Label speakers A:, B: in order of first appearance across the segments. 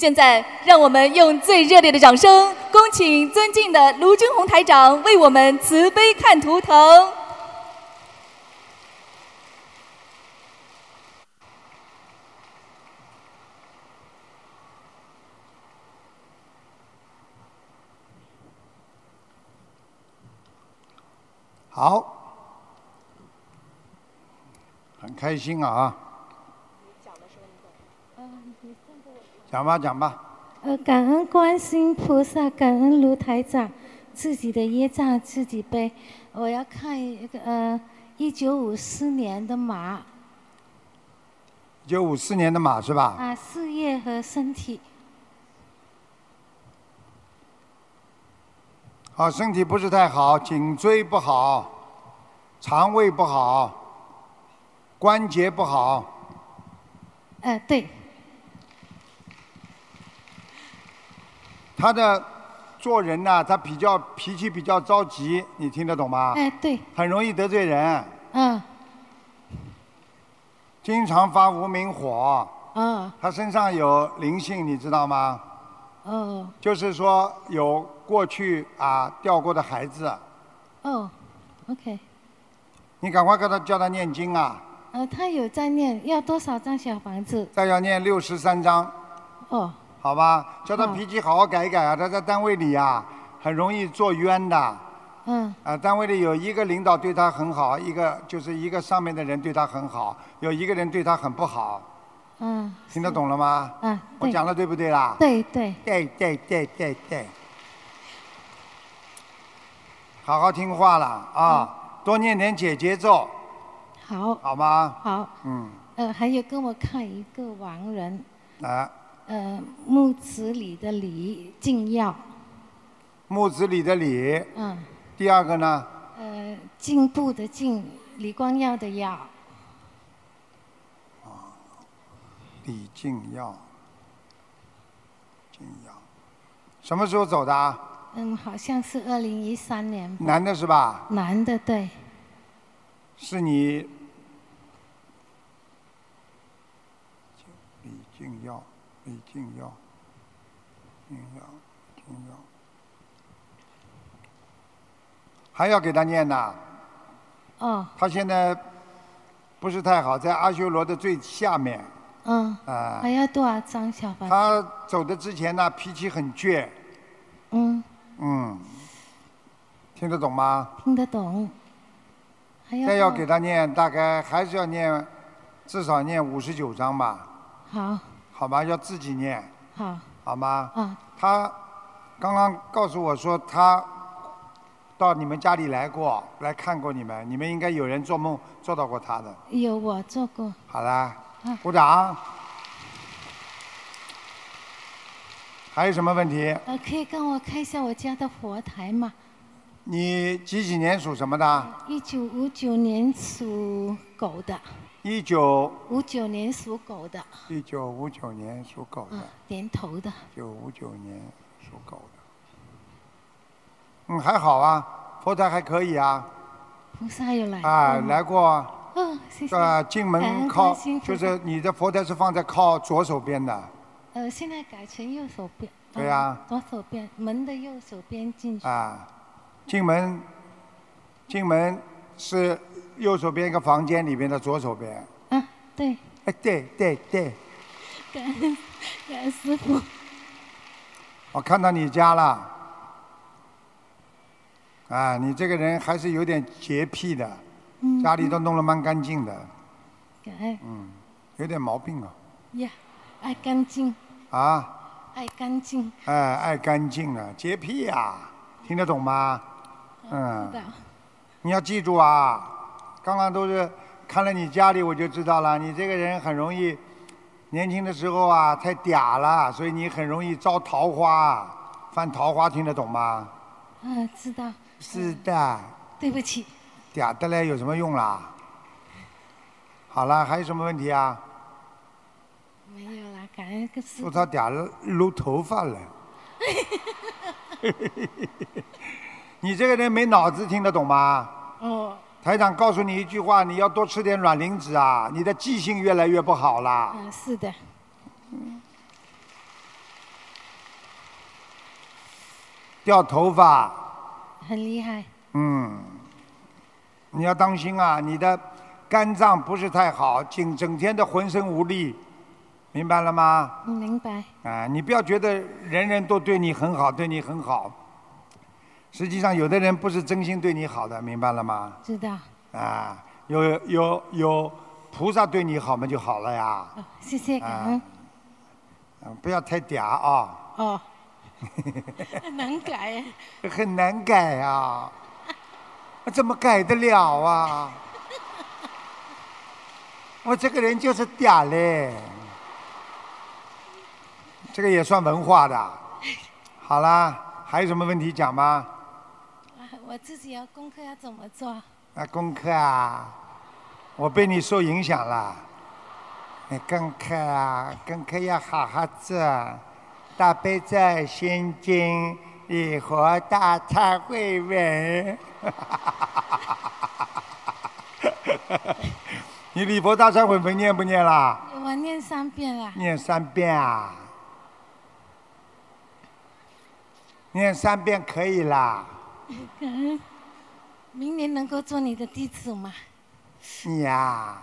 A: 现在，让我们用最热烈的掌声，恭请尊敬的卢军红台长为我们慈悲看图腾。
B: 好，很开心啊！讲吧，讲吧。
C: 呃，感恩观世音菩萨，感恩卢台长，自己的业障自己背。我要看一个呃，一九五四年的马
B: 一九五四年的马是吧？
C: 啊，事业和身体。
B: 啊，身体不是太好，颈椎不好，肠胃不好，关节不好。
C: 呃，对，
B: 他的做人呐、他比较脾气比较着急，你听得懂吗？
C: 哎、对，
B: 很容易得罪人，
C: 嗯
B: 经常发无名火。
C: 嗯
B: 他身上有灵性，你知道吗？
C: 哦
B: 就是说有过去啊掉过的孩子，啊
C: 哦，OK，
B: 你赶快给他叫他念经啊，
C: 呃，他有在念，要多少张小房子？
B: 再要念六十三章，
C: 哦，
B: 好吧？叫他脾气好好改一改啊，他在单位里啊很容易做冤的。
C: 嗯
B: 啊，单位里有一个领导对他很好，一个就是一个上面的人对他很好，有一个人对他很不好，
C: 嗯
B: 听得懂了吗？
C: 啊，
B: 我
C: 对
B: 讲的对不对啦？
C: 对对，
B: 对对对对对，好好听话了啊，多念点解结咒，
C: 好
B: 好吗？
C: 好，
B: 嗯，
C: 呃，还有跟我看一个亡人，
B: 啊，
C: 呃，木子李的李静耀，
B: 木子李的李，
C: 嗯，
B: 第二个呢，
C: 呃，进步的进，李光耀的耀，
B: 李静耀，静耀，什么时候走的啊？
C: 嗯，好像是二零一三年，
B: 男的是吧？
C: 男的对，
B: 是你李静耀，李静耀，静耀，静耀，还要给他念呐。
C: 哦，
B: 他现在不是太好，在阿修罗的最下面
C: 嗯，
B: 啊、
C: 还要多少张小房子？
B: 他走的之前呢，脾气很倔，
C: 嗯，
B: 嗯，听得懂吗？
C: 听得懂，还要
B: 再要
C: 多
B: 给他念，大概还是要念，至少念五十九章吧。
C: 好
B: 好吧，要自己念，
C: 好
B: 好吗？
C: 啊，
B: 他刚刚告诉我说，他到你们家里来过，来看过你们，你们应该有人做梦做到过他的。
C: 有我做过，
B: 好啦
C: 嗯，
B: 鼓掌。还有什么问题？
C: 呃，可以跟我看一下我家的佛台吗？
B: 你几几年属什么的？
C: 一九五九年属狗的，
B: 一九
C: 五九年属狗的，
B: 一九五九年属狗的
C: 啊，，年头的，
B: 九五九年属狗的。嗯，还好啊，佛台还可以啊，
C: 菩萨有来过
B: 啊，
C: 吗
B: 来过啊。
C: 哦，谢谢。
B: 呃，进
C: 感
B: 门
C: 恩
B: 靠
C: 观世音菩
B: 就
C: 萨
B: 是你的佛台是放在靠左手边的，
C: 呃，现在改成右手边。哦
B: 对呀
C: 左手边门的右手边进去。
B: 啊，进门，进门是右手边一个房间里边的左手边，
C: 啊，对，
B: 哎，对对对，
C: 感恩感恩师傅。
B: 我看到你家了，啊，你这个人还是有点洁癖的，
C: 嗯
B: 家里都弄得蛮干净的，嗯
C: 感恩
B: 有点毛病啊，
C: 呀，爱干净，
B: 啊，
C: 爱干净，
B: 哎，爱干净啊，洁癖啊，听得懂吗？嗯
C: 知。道？
B: 你要记住啊，刚刚都是看了你家里，我就知道了，你这个人很容易，年轻的时候啊太嗲了，所以你很容易招桃花，犯桃花，听得懂吗？
C: 啊，知道。
B: 是的，
C: 对不起，
B: 嗲的嘞有什么用啦？好了，还有什么问题啊？
C: 没有啦，感恩个师
B: 说
C: 傅。
B: 他嗲了撸头发 了，你这个人没脑子，听得懂吗？
C: 哦，
B: 台长告诉你一句话，你要多吃点卵磷脂啊啊，你的记性越来越不好啦。
C: 嗯，是的。
B: 掉头发，
C: 很厉害。
B: 嗯，你要当心啊，你的肝脏不是太好，整整天的浑身无力，明白了吗？
C: 嗯明白，
B: 啊，你不要觉得人人都对你很好，对你很好，实际上有的人不是真心对你好的，明白了吗？
C: 知道。
B: 啊，有有有菩萨对你好嘛就好了呀，
C: 哦，谢谢，感
B: 啊
C: 恩。
B: 嗯不要太嗲啊，
C: 哦，能改。
B: 很难改啊，怎么改得了啊？我这个人就是嗲嘞，这个也算文化的。好啦，还有什么问题讲吗？
C: 啊我自己要功课要怎么做？
B: 啊，功课啊，我被你受影响了。哎，功课啊，功课要好好做。大悲咒心经，礼佛大忏悔文。 你礼佛大忏悔文念不念啦？
C: 我念三遍了。
B: 念三遍啊，念三遍可以啦。
C: 感恩，明年能够做你的弟子吗？
B: 你呀、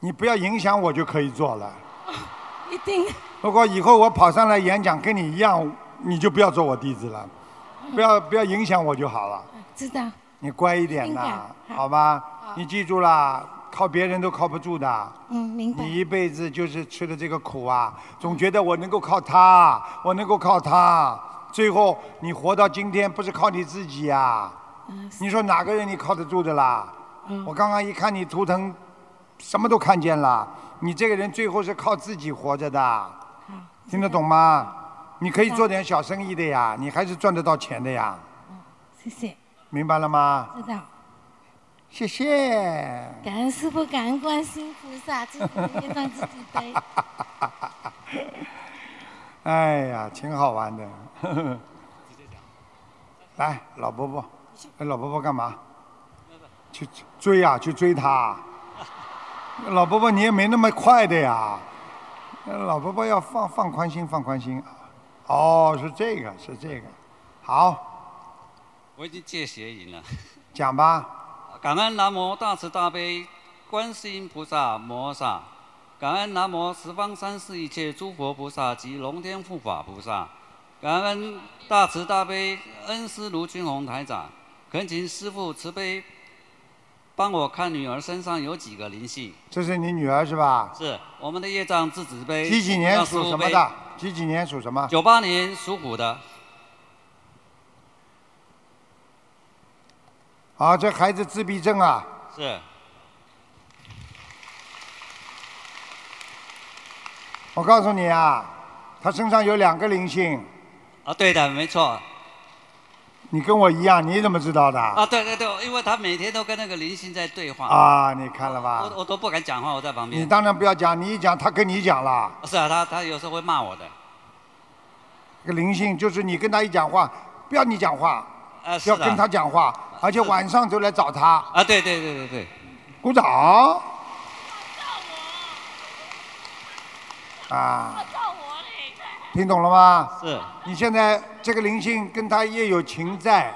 B: 你不要影响我就可以做了。
C: 一定。
B: 如果以后我跑上来演讲跟你一样，你就不要做我弟子了，不要不要影响我就好了。
C: 知道，
B: 你乖一点呐
C: 明，白
B: 好吧？你记住啦，靠别人都靠不住的。
C: 嗯，明白。
B: 你一辈子就是吃的这个苦啊，总觉得我能够靠他，我能够靠他，最后你活到今天不是靠你自己啊？
C: 嗯，是
B: 你说哪个人你靠得住的啦？我刚刚一看你图腾，什么都看见了。你这个人最后是靠自己活着的，
C: 好，
B: 听得懂吗？你可以
C: 道
B: 做点小生意的呀，你还是赚得到钱的呀，
C: 谢谢，
B: 明白了吗？
C: 知道。
B: 谢谢。
C: 感恩师傅，感恩观世音菩萨，自己的业障自己 背。
B: 哎呀，挺好玩的。 来，老伯伯，哎，老伯伯干嘛？去去追呀、去追他。老伯伯，你也没那么快的呀。老伯伯要放放宽心，放宽心。哦，是这个，是这个。好，
D: 我已经戒邪淫了。
B: 讲吧。
D: 感恩南无大慈大悲观世音菩萨摩诃萨，感恩南无十方三世一切诸佛菩萨及龙天护法菩萨，感恩大慈大悲恩师卢军宏台长，恳请师父慈悲，帮我看女儿身上有几个灵性。
B: 这是你女儿是吧？
D: 是我们的业障自己背。
B: 几几年
D: 让师父
B: 属什么
D: 背
B: 的？？几几年属什么？
D: 九八年属虎的，
B: 啊，这孩子自闭症啊。
D: 是
B: 我告诉你啊，他身上有两个灵性。
D: 啊，对的，没错
B: 你跟我一样，你怎么知道的？
D: 啊，对对对，因为他每天都跟那个灵性在对话。
B: 啊，你看了吧？
D: 我我都不敢讲话，我在旁
B: 你
D: 边。
B: 当然不要讲，你一讲他跟你讲了，
D: 是啊，他他有时候会骂我的。
B: 这个灵性就是你跟他一讲话，不要你讲话，
D: 啊，是
B: 要
D: 啊。
B: 跟他讲话，而且晚上都来找他，
D: 啊，对对对对对，
B: 鼓掌。啊，听懂了吗？
D: 是。
B: 你现在这个灵性跟他也有情在，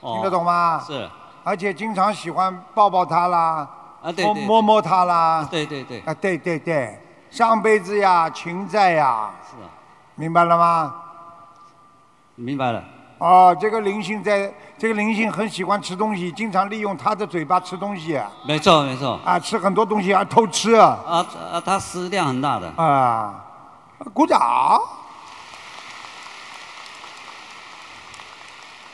D: 哦
B: 听得懂？吗？
D: 是
B: 而且经常喜欢抱抱他啦，
D: 啊，对
B: 摸
D: 对
B: 摸摸他啦。
D: 对对对，
B: 啊，对对对，上辈子呀，情债呀，
D: 是啊，
B: 明白了吗？
D: 明白了。
B: 哦，这个灵性在，这个灵性很喜欢吃东西，经常利用他的嘴巴吃东西，
D: 没错没错。
B: 啊，吃很多东西啊，偷吃
D: 啊啊，他食量很大的。
B: 啊，鼓掌，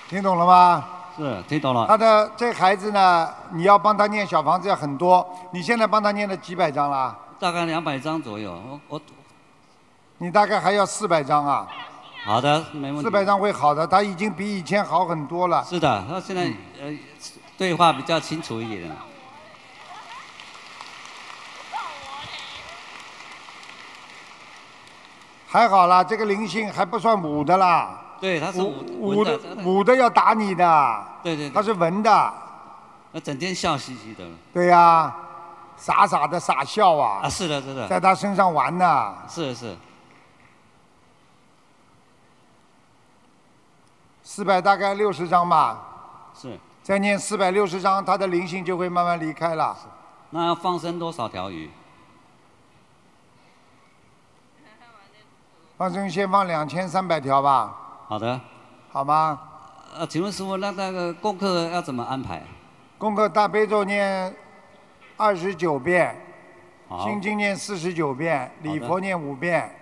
B: 听懂了吗？
D: 是，听懂了。
B: 他的这孩子呢，你要帮他念小房子要很多，你现在帮他念了几百张啦？
D: 大概两百张左右。我我
B: 你大概还要四百张啊，
D: 好的，没问题。
B: 四百。张会好的，他已经比以前好很多了。
D: 嗯
B: 嗯
D: 是的，他现在呃对话比较清楚一点了。
B: 还好啦，这个灵性还不算母的啦，
D: 对，他是
B: 母
D: 我
B: 母
D: 的
B: 的，母的要打你的，
D: 对对
B: 它
D: 对，
B: 是文的，
D: 他整天笑嘻嘻的。
B: 对呀、傻傻的傻笑
D: 啊，
B: 啊，
D: 是的，是的，
B: 在他身上玩呢，
D: 是是。
B: 四百大概六十章吧，
D: 是。
B: 再念四百六十章，他的灵性就会慢慢离开了。
D: 那要放生多少条鱼？
B: 放生先放两千三百条吧，
D: 好的。
B: 好吗？
D: 呃，请问师傅，那那个功课要怎么安排？
B: 功课大悲咒念二十九遍，
D: 好，
B: 心经念四十九遍，
D: 的
B: 礼佛念五遍，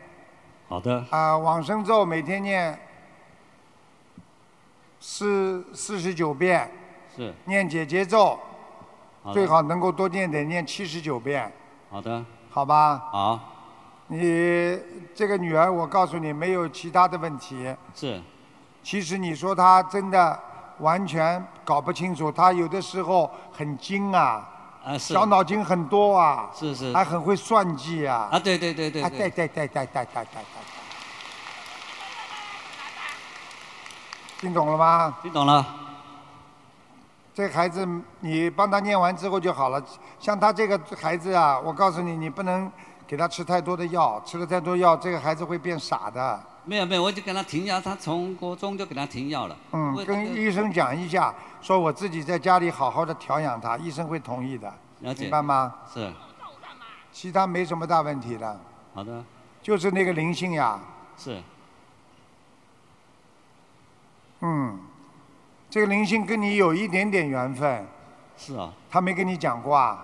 D: 好的，
B: 啊、往生咒每天念四四十九遍，
D: 是，
B: 念姐姐咒
D: 好的
B: 最，好能够多念点，念七十九遍，
D: 好的，
B: 好吧？
D: 好，
B: 你这个女儿，我告诉你，没有其他的问题。
D: 是，
B: 其实你说她真的完全搞不清楚，她有的时候很精啊，
D: 啊是，
B: 小脑筋很多啊，
D: 是是，
B: 还很会算计啊。
D: 啊对对对对
B: 啊，对
D: 对，
B: 对对对对对对对。听懂了吗？
D: 听懂了，
B: 这孩子，你帮他念完之后就好了。像他这个孩子啊，我告诉你，你不能给他吃太多的药，吃了太多药，这个孩子会变傻的。
D: 没有没有，我已经给他停药，他从国中就给他停药了。
B: 嗯
D: 我，
B: 跟医生讲一下，说我自己在家里好好的调养他，医生会同意的，
D: 了
B: 明
D: 解，
B: 白吗？
D: 是，
B: 其他没什么大问题的，
D: 好的，
B: 就是那个灵性呀，
D: 是，
B: 嗯，这个灵性跟你有一点点缘分，
D: 是哦，
B: 他没跟你讲过啊？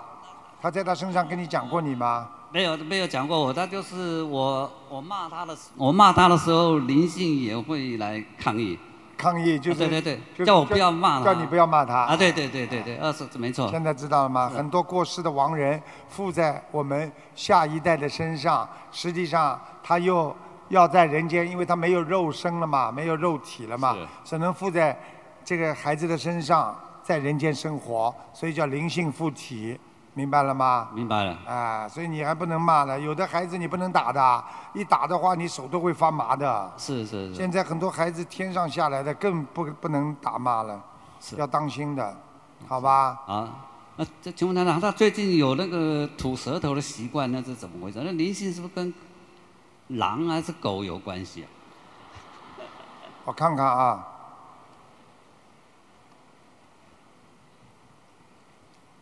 B: 他在他身上跟你讲过你吗？
D: 没有没有讲过我，他就是我我骂他的时，我骂他的时候，灵性也会来抗议。
B: 抗议就
D: 啊
B: 是、
D: 对对对
B: 就，
D: 叫我不要骂他
B: 叫你不要骂他
D: 啊，对对对对对，二十没错，
B: 现在知道了吗？
D: 是
B: 很多过世的亡人附在我们下一代的身上，实际上他又要在人间，因为他没有肉身了嘛，没有肉体了嘛
D: 是，
B: 只能附在这个孩子的身上，在人间生活，所以叫灵性附体，明白了吗？
D: 明白了，
B: 啊，所以你还不能骂的，有的孩子你不能打的，一打的话你手都会发麻的。
D: 是是是
B: 现在很多孩子天上下来的更不不能打骂了，
D: 是嗯
B: 要当心的，好吧？
D: 啊。那这请问他长，他最近有那个吐舌头的习惯，那是怎么回事？那灵性是不是跟狼啊还是狗有关系啊？
B: 我看看啊，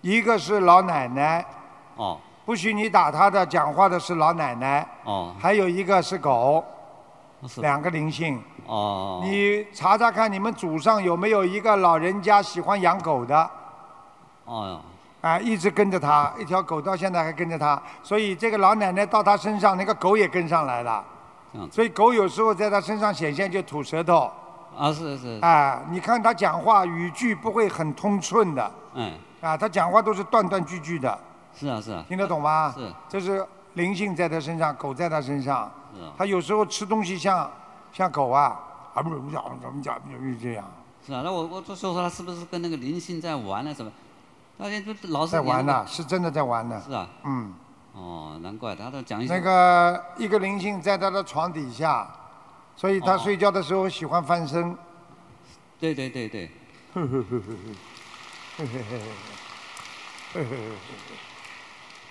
B: 一个是老奶奶，
D: 哦
B: 不许你打她的，讲话的是老奶奶，
D: 哦，
B: 还有一个是狗，
D: 是
B: 两个灵性。
D: 哦，
B: 你查查看，你们祖上有没有一个老人家喜欢养狗的？
D: 哦
B: 啊，一直跟着他，一条狗到现在还跟着他，所以这个老奶奶到他身上，那个狗也跟上来了
D: 这样。子
B: 所以狗有时候在他身上显现就吐舌头，
D: 啊是是，
B: 啊，你看他讲话语句不会很通顺的，
D: 嗯，
B: 啊，他讲话都是断断句句的，
D: 是啊是啊，
B: 听得懂吗？
D: 是
B: 这是灵性在他身上，狗在他身上，
D: 是啊
B: 他有时候吃东西像像狗啊，啊不是不是不是不是这样，
D: 是啊。那我我就说说他是不是跟那个灵性在玩啊呢？什么？他现在就老是
B: 在玩
D: 呢
B: 呢，。是真的在玩呢，
D: 是啊，
B: 嗯，
D: 哦，难怪他都讲一些
B: 那个一个灵性在他的床底下，所以他
D: 哦
B: 睡觉的时候喜欢 翻身，
D: 对对对对，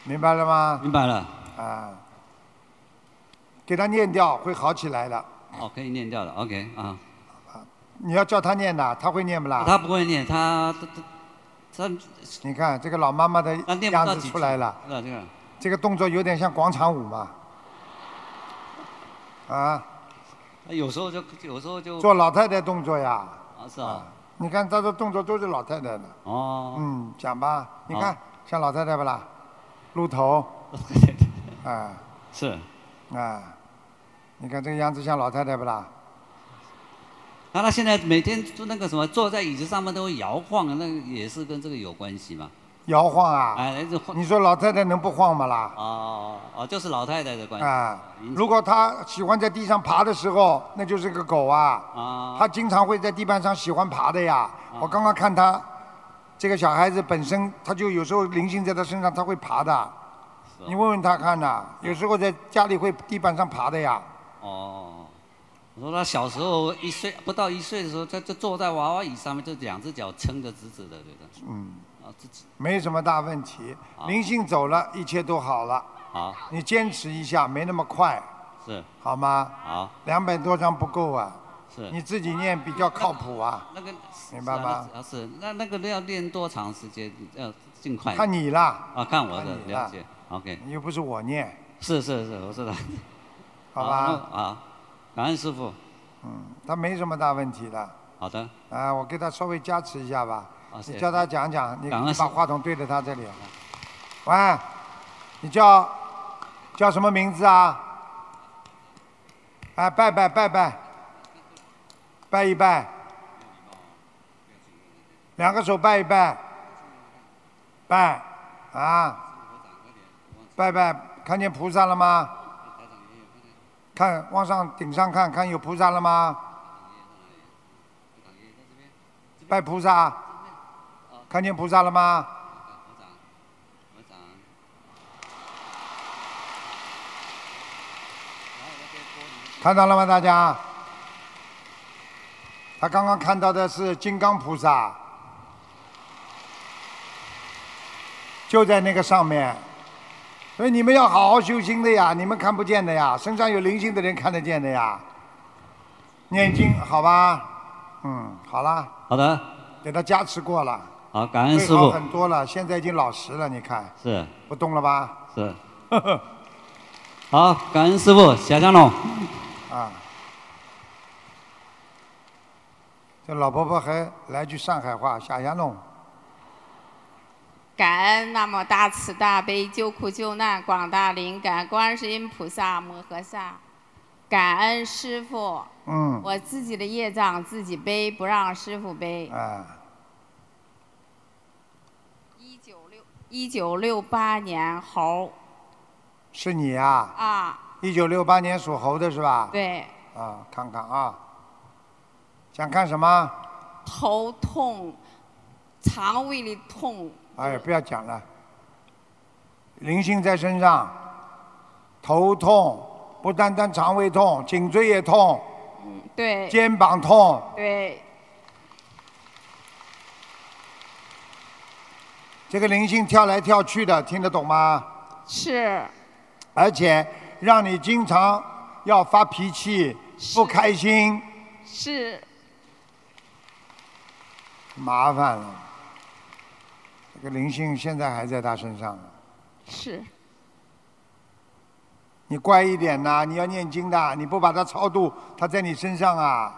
B: 明白了吗？
D: 明白了。
B: 啊，给他念掉会好起来的。
D: 哦，可以念掉了。OK 啊，
B: 你要叫他念的，他会念不啦？
D: 哦他不会念，他他他
B: 你看这个老妈妈的
D: 他念不
B: 样
D: 到
B: 子
D: 几
B: 出来了，
D: 是啊，这个
B: 这个动作有点像广场舞嘛。啊，
D: 他有时候就有时候就
B: 做老太太动作呀！
D: 啊是啊，
B: 你看她的动作都是老太太的。
D: 哦，
B: 嗯，讲吧，你
D: 好
B: 看像老太太不啦？露 头，啊
D: 是。
B: 啊，你看这个样子像老太太不啦？
D: 那他现在每天就那个什么，坐在椅子上面都会摇晃，那个也是跟这个有关系嘛？
B: 摇晃啊！
D: 哎，就晃
B: 你说老太太能不晃吗啦？
D: 哦哦，就是老太太的关系
B: 啊，
D: 引起
B: 如果她喜欢在地上爬的时候，那就是个狗啊。
D: 啊，
B: 他经常会在地板上喜欢爬的呀。我刚刚看他，这个小孩子本身他就有时候灵性在他身上，他会爬的。
D: 是啊
B: 你问问他看呐、有时候在家里会地板上爬的呀。
D: 哦，我说他小时候一岁不到一岁的时候，他就坐在娃娃椅上面，就两只脚撑得直直的，对的。嗯。啊，自己
B: 没什么大问题，
D: 啊
B: 灵性走了，一切都好了。
D: 好
B: 你坚持一下，没那么快，
D: 是
B: 好吗？
D: 好
B: 两百多张不够啊，
D: 是
B: 你自己念比较靠谱啊。
D: 那个
B: 明白吗？
D: 是啊那是那那个要练多长时间？要尽快
B: 看你啦，
D: 啊，看我
B: 看
D: 的
B: 你
D: 了
B: 了
D: 解，OK，
B: 又不是我念，
D: 是是是，我知道，
B: 好吧？
D: 那啊，感恩师傅，
B: 嗯，他没什么大问题的。
D: 好的，
B: 啊，我给他稍微加持一下吧。
D: 啊谢
B: 你
D: 谢
B: 叫他讲讲，你
D: 感恩
B: 你
D: 师
B: 把话筒对着他这里。喂，你叫叫什么名字啊？哎，拜拜拜拜，拜一拜，两个手拜一拜，拜啊，拜拜，看见菩萨了吗？看往上顶上看看有菩萨了吗？拜菩萨，看见菩萨了吗？
D: 我长，
B: 看到了吗，大家？他刚刚看到的是金刚菩萨，就在那个上面。所以你们要好好修心的呀，你们看不见的呀，身上有灵性的人看得见的呀。念经，好吧？嗯，好啦，
D: 好的，
B: 给他加持过了，
D: 好，感恩
B: 会
D: 师
B: 好
D: 傅，
B: 很多了，现在已经老实了，你看，
D: 是
B: 不动了吧？
D: 是，好，感恩师傅，下降龙，
B: 啊，这老婆婆还来句上海话，下下弄。
E: 感恩那么大慈大悲救苦救难广大灵感观世音菩萨摩诃萨，感恩师傅，
B: 嗯，
E: 我自己的业障自己背，不让师傅背。
B: 啊，
E: 一九六一九六八年猴
B: 是你啊，
E: 啊，
B: 一九六八年属猴的是吧？
E: 对，
B: 啊，看看啊，想看什么？
E: 头痛，肠胃里痛，
B: 哎呀，不要讲了，灵性在身上，头痛，不单单肠胃痛，颈椎也痛，
E: 嗯，对
B: 肩膀痛，
E: 对，
B: 这个灵性跳来跳去的，听得懂吗？
E: 是
B: 而且让你经常要发脾气、不开心，
E: 是
B: 麻烦了。这个灵性现在还在他身上呢，
E: 是
B: 你乖一点呐、你要念经的，你不把它超度，它在你身上啊，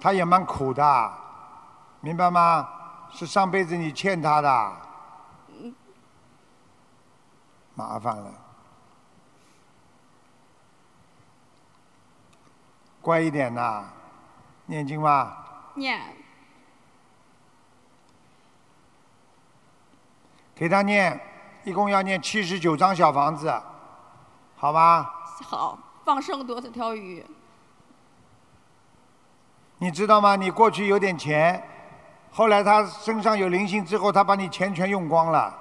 B: 它也蛮苦的，明白吗？是上辈子你欠他的，麻烦了。乖一点呐、念经吧。
E: 念
B: 给他念，一共要念七十九张小房子，好吧？
E: 好放生多少条鱼？
B: 你知道吗？你过去有点钱，后来他身上有灵性之后，他把你钱全用光了，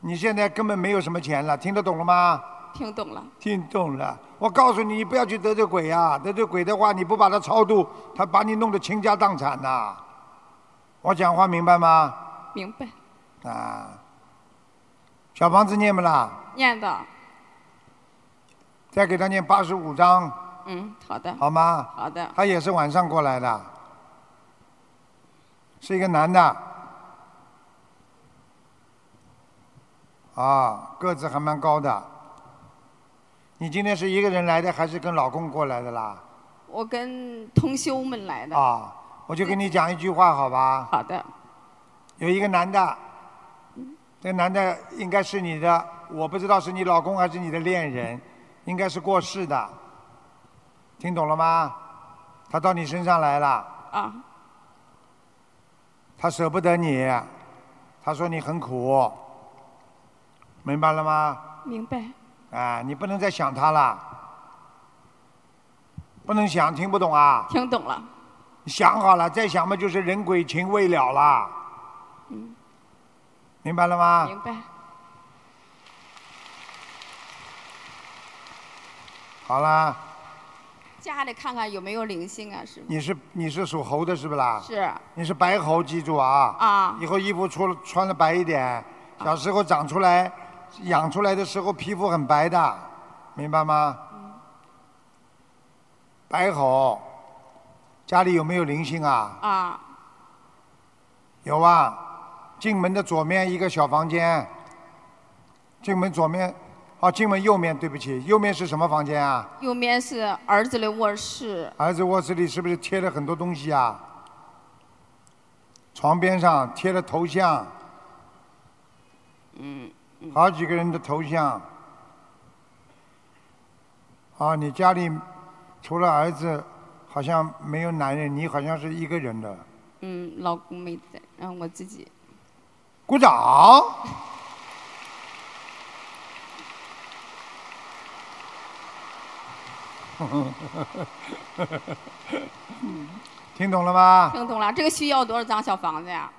B: 你现在根本没有什么钱了，听得懂了吗？
E: 听懂了，
B: 听懂了。我告诉你，你不要去得罪鬼啊！得罪鬼的话，你不把他超度，他把你弄得倾家荡产呐、啊我讲话明白吗？
E: 明白。
B: 啊，小房子念不啦？
E: 念的，
B: 再给他念八十五章，
E: 嗯，好的，
B: 好吗？
E: 好的，
B: 他也是晚上过来的，是一个男的，啊，个子还蛮高的。你今天是一个人来的，还是跟老公过来的啦？
E: 我跟同修们来的，
B: 啊，我就跟你讲一句话，好吧？
E: 好的，
B: 有一个男的，这个男的应该是你的，我不知道是你老公还是你的恋人，应该是过世的，听懂了吗？他到你身上来了。
E: 啊，
B: 他舍不得你，他说你很苦，明白了吗？
E: 明白，
B: 啊，你不能再想他了，不能想，听不懂啊？
E: 听懂了，
B: 想好了，再想嘛就是人鬼情未了啦。明白了吗？
E: 嗯明白，
B: 好啦，
E: 家里看看有没有灵性啊，师傅，
B: 你是你是属猴的是不啦？
E: 是
B: 你是白猴，记住啊。
E: 啊，
B: 以后衣服出穿的白一点，小时候长出来，养出来的时候皮肤很
E: 嗯
B: 白的，明白吗？白猴，家里有没有灵性啊？
E: 啊，
B: 有啊，进门的左面一个小房间，进门左面，哦，进门右面，对不起，右面是什么房间啊？
E: 右面是儿子的卧室，
B: 儿子卧室里是不是贴了很多东西啊？床边上贴了头像，嗯，好几个人的头像。啊，你家里除了儿子，好像没有男人，你好像是一个人的。
E: 嗯，老公没在，嗯，我自己，
B: 鼓掌。 听懂了吗？
E: 听懂了。这个需要多少张小房子呀？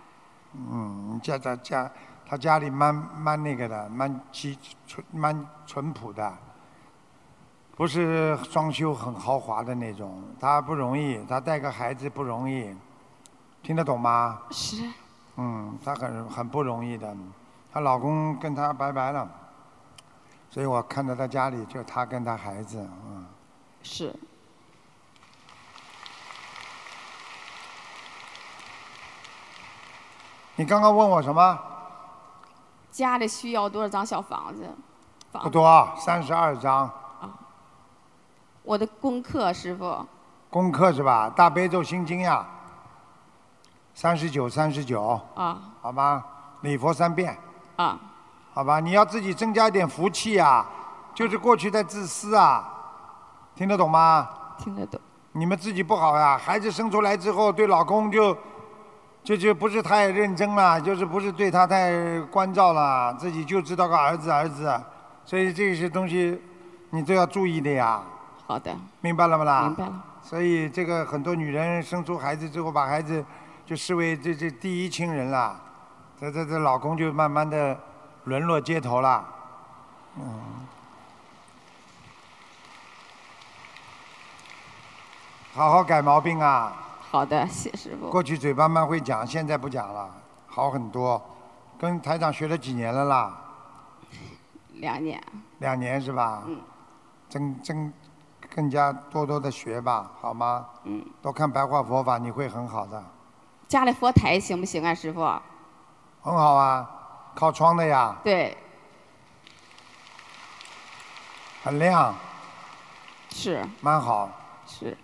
B: 嗯，家家家，他家里蛮蛮那个的，蛮基淳蛮淳朴的，不是装修很豪华的那种。他不容易，他带个孩子不容易，听得懂吗？
E: 是，
B: 嗯，她很很不容易的，她老公跟她拜拜了，所以我看到她家里就她跟她孩子，嗯，
E: 是，
B: 你刚刚问我什么？
E: 家里需要多少张小房子？
B: 不
E: 房子，
B: 多，啊三十二章
E: 我的功课，师傅，
B: 功课是吧？大悲咒心经呀，三十九三十九，
E: 啊
B: 好吧，礼佛三遍，
E: 啊，
B: 好吧，你要自己增加一点福气啊，就是过去在自私啊，听得懂吗？
E: 听得懂，
B: 你们自己不好呀、孩子生出来之后，对老公就就就不是太认真了，就是不是对他太关照了，自己就知道个儿子儿子，所以这些东西你都要注意的呀，
E: 好的，
B: 明白了不啦？
E: 明白了，
B: 所以这个很多女人生出孩子之后，把孩子就视为这这第一亲人了，这这这老公就慢慢的沦落街头了。嗯，好好改毛病啊！
E: 好的，谢师傅，
B: 过去嘴巴蛮会讲，现在不讲了，好很多。跟台长学了几年了啦？
E: 两年，
B: 两年是吧？
E: 嗯。
B: 增增更加多多的学吧，好吗？
E: 嗯。
B: 多看白话佛法，你会很好的，
E: 家里佛台行不行啊，师傅？
B: 很好啊，靠窗的呀，
E: 对，
B: 很亮，
E: 是
B: 蛮好。嗯
E: 是，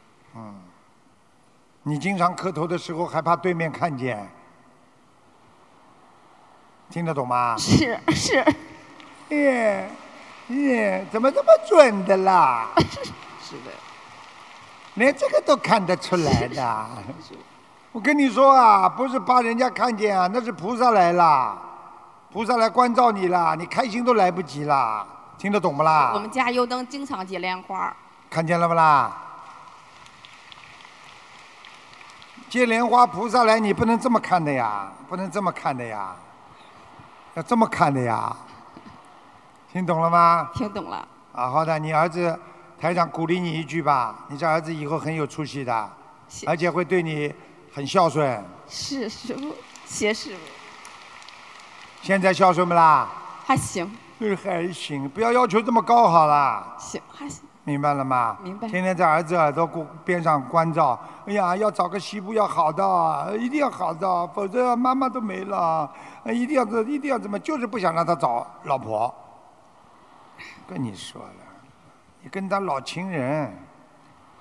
B: 你经常磕头的时候，还怕对面看见，听得懂吗？
E: 是是
B: 耶耶，怎么这么准的啦？
E: 是的，
B: 连这个都看得出来的。我跟你说啊，不是怕人家看见啊，那是菩萨来啦，菩萨来关照你啦，你开心都来不及啦，听得懂不啦？
E: 我们家油灯经常结莲花儿，
B: 看见了不啦？接莲花菩萨来，你不能这么看的呀，不能这么看的呀，要这么看的呀，听懂了吗？
E: 听懂了，
B: 啊，好的，你儿子台长鼓励你一句吧，你这儿子以后很有出息的，
E: 谢
B: 而且会对你很孝顺。
E: 是师傅，谢师傅，
B: 现在孝顺不啦？
E: 还行
B: 嗯，还行，不要要求这么高好啦，
E: 行还行，
B: 明白了吗？
E: 明白
B: 天天在儿子耳朵骨边上关照，哎呀，要找个媳妇要好的啊，一定要好的啊，否则妈妈都没了。呃一定要这，一定要怎么，就是不想让他找老婆。跟你说了，你跟他老情人，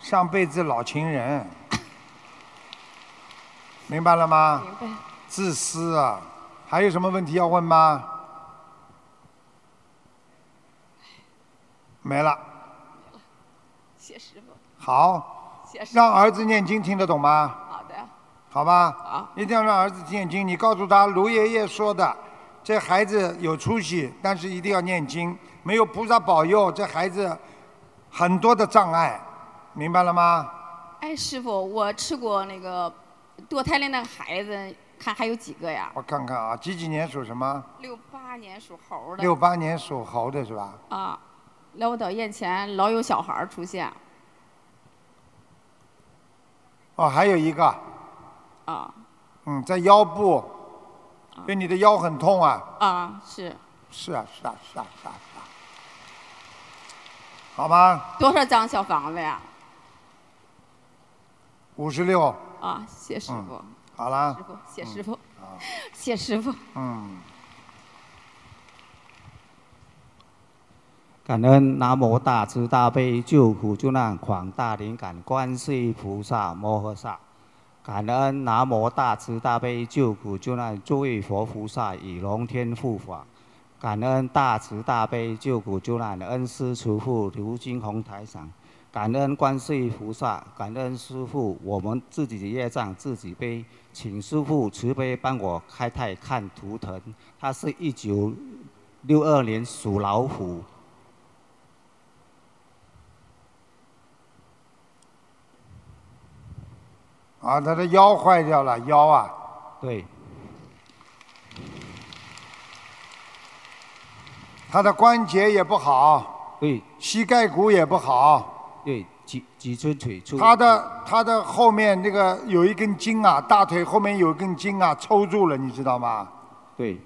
B: 上辈子老情人，明白了吗？
E: 明白。
B: 自私啊！还有什么问题要问吗？没了。
E: 谢师傅，
B: 好，
E: 谢师
B: 让儿子念经听得懂吗
E: 傅，？好的，
B: 好吧，
E: 好，
B: 一定要让儿子念经。你告诉他，卢爷爷说的，这孩子有出息，但是一定要念经。没有菩萨保佑，这孩子很多的障碍，明白了吗？
E: 哎，师傅，我吃过那个堕胎的那个孩子，看还有几个呀？
B: 我看看啊，几几年属什么？
E: 六八年属猴的，
B: 六八年属猴的是吧？
E: 啊，来我导宴前老有小孩儿出现，
B: 哦，还有一个，
E: 啊
B: 嗯，在腰部，对你的腰很痛啊。
E: 啊是
B: 是啊，是啊，是啊，是啊，是啊。好吧，
E: 多少张小房子呀？
B: 五十六，
E: 啊，谢
B: 嗯
E: 师傅，
B: 好了
E: 师，傅，谢师傅，
B: 啊
E: 谢师傅，
B: 嗯，
F: 感恩南无大慈大悲救苦救难广大灵感观世音菩萨摩诃萨，感恩南无大慈大悲救苦救难诸位佛菩萨以龙天护法，感恩大慈大悲救苦救难恩师慈父刘金红台长，感恩观世音菩萨，感恩师父，我们自己的业障自己背，请师父慈悲帮我开泰看图腾，他是一九六二年属老虎。
B: 啊，他的腰坏掉了，腰啊，
F: 对，
B: 他的关节也不好，
F: 对，
B: 膝盖骨也不好，
F: 对，脊脊椎腿处，
B: 他的他的后面那个有一根筋啊，大腿后面有一根筋啊，抽住了，你知道吗？
F: 对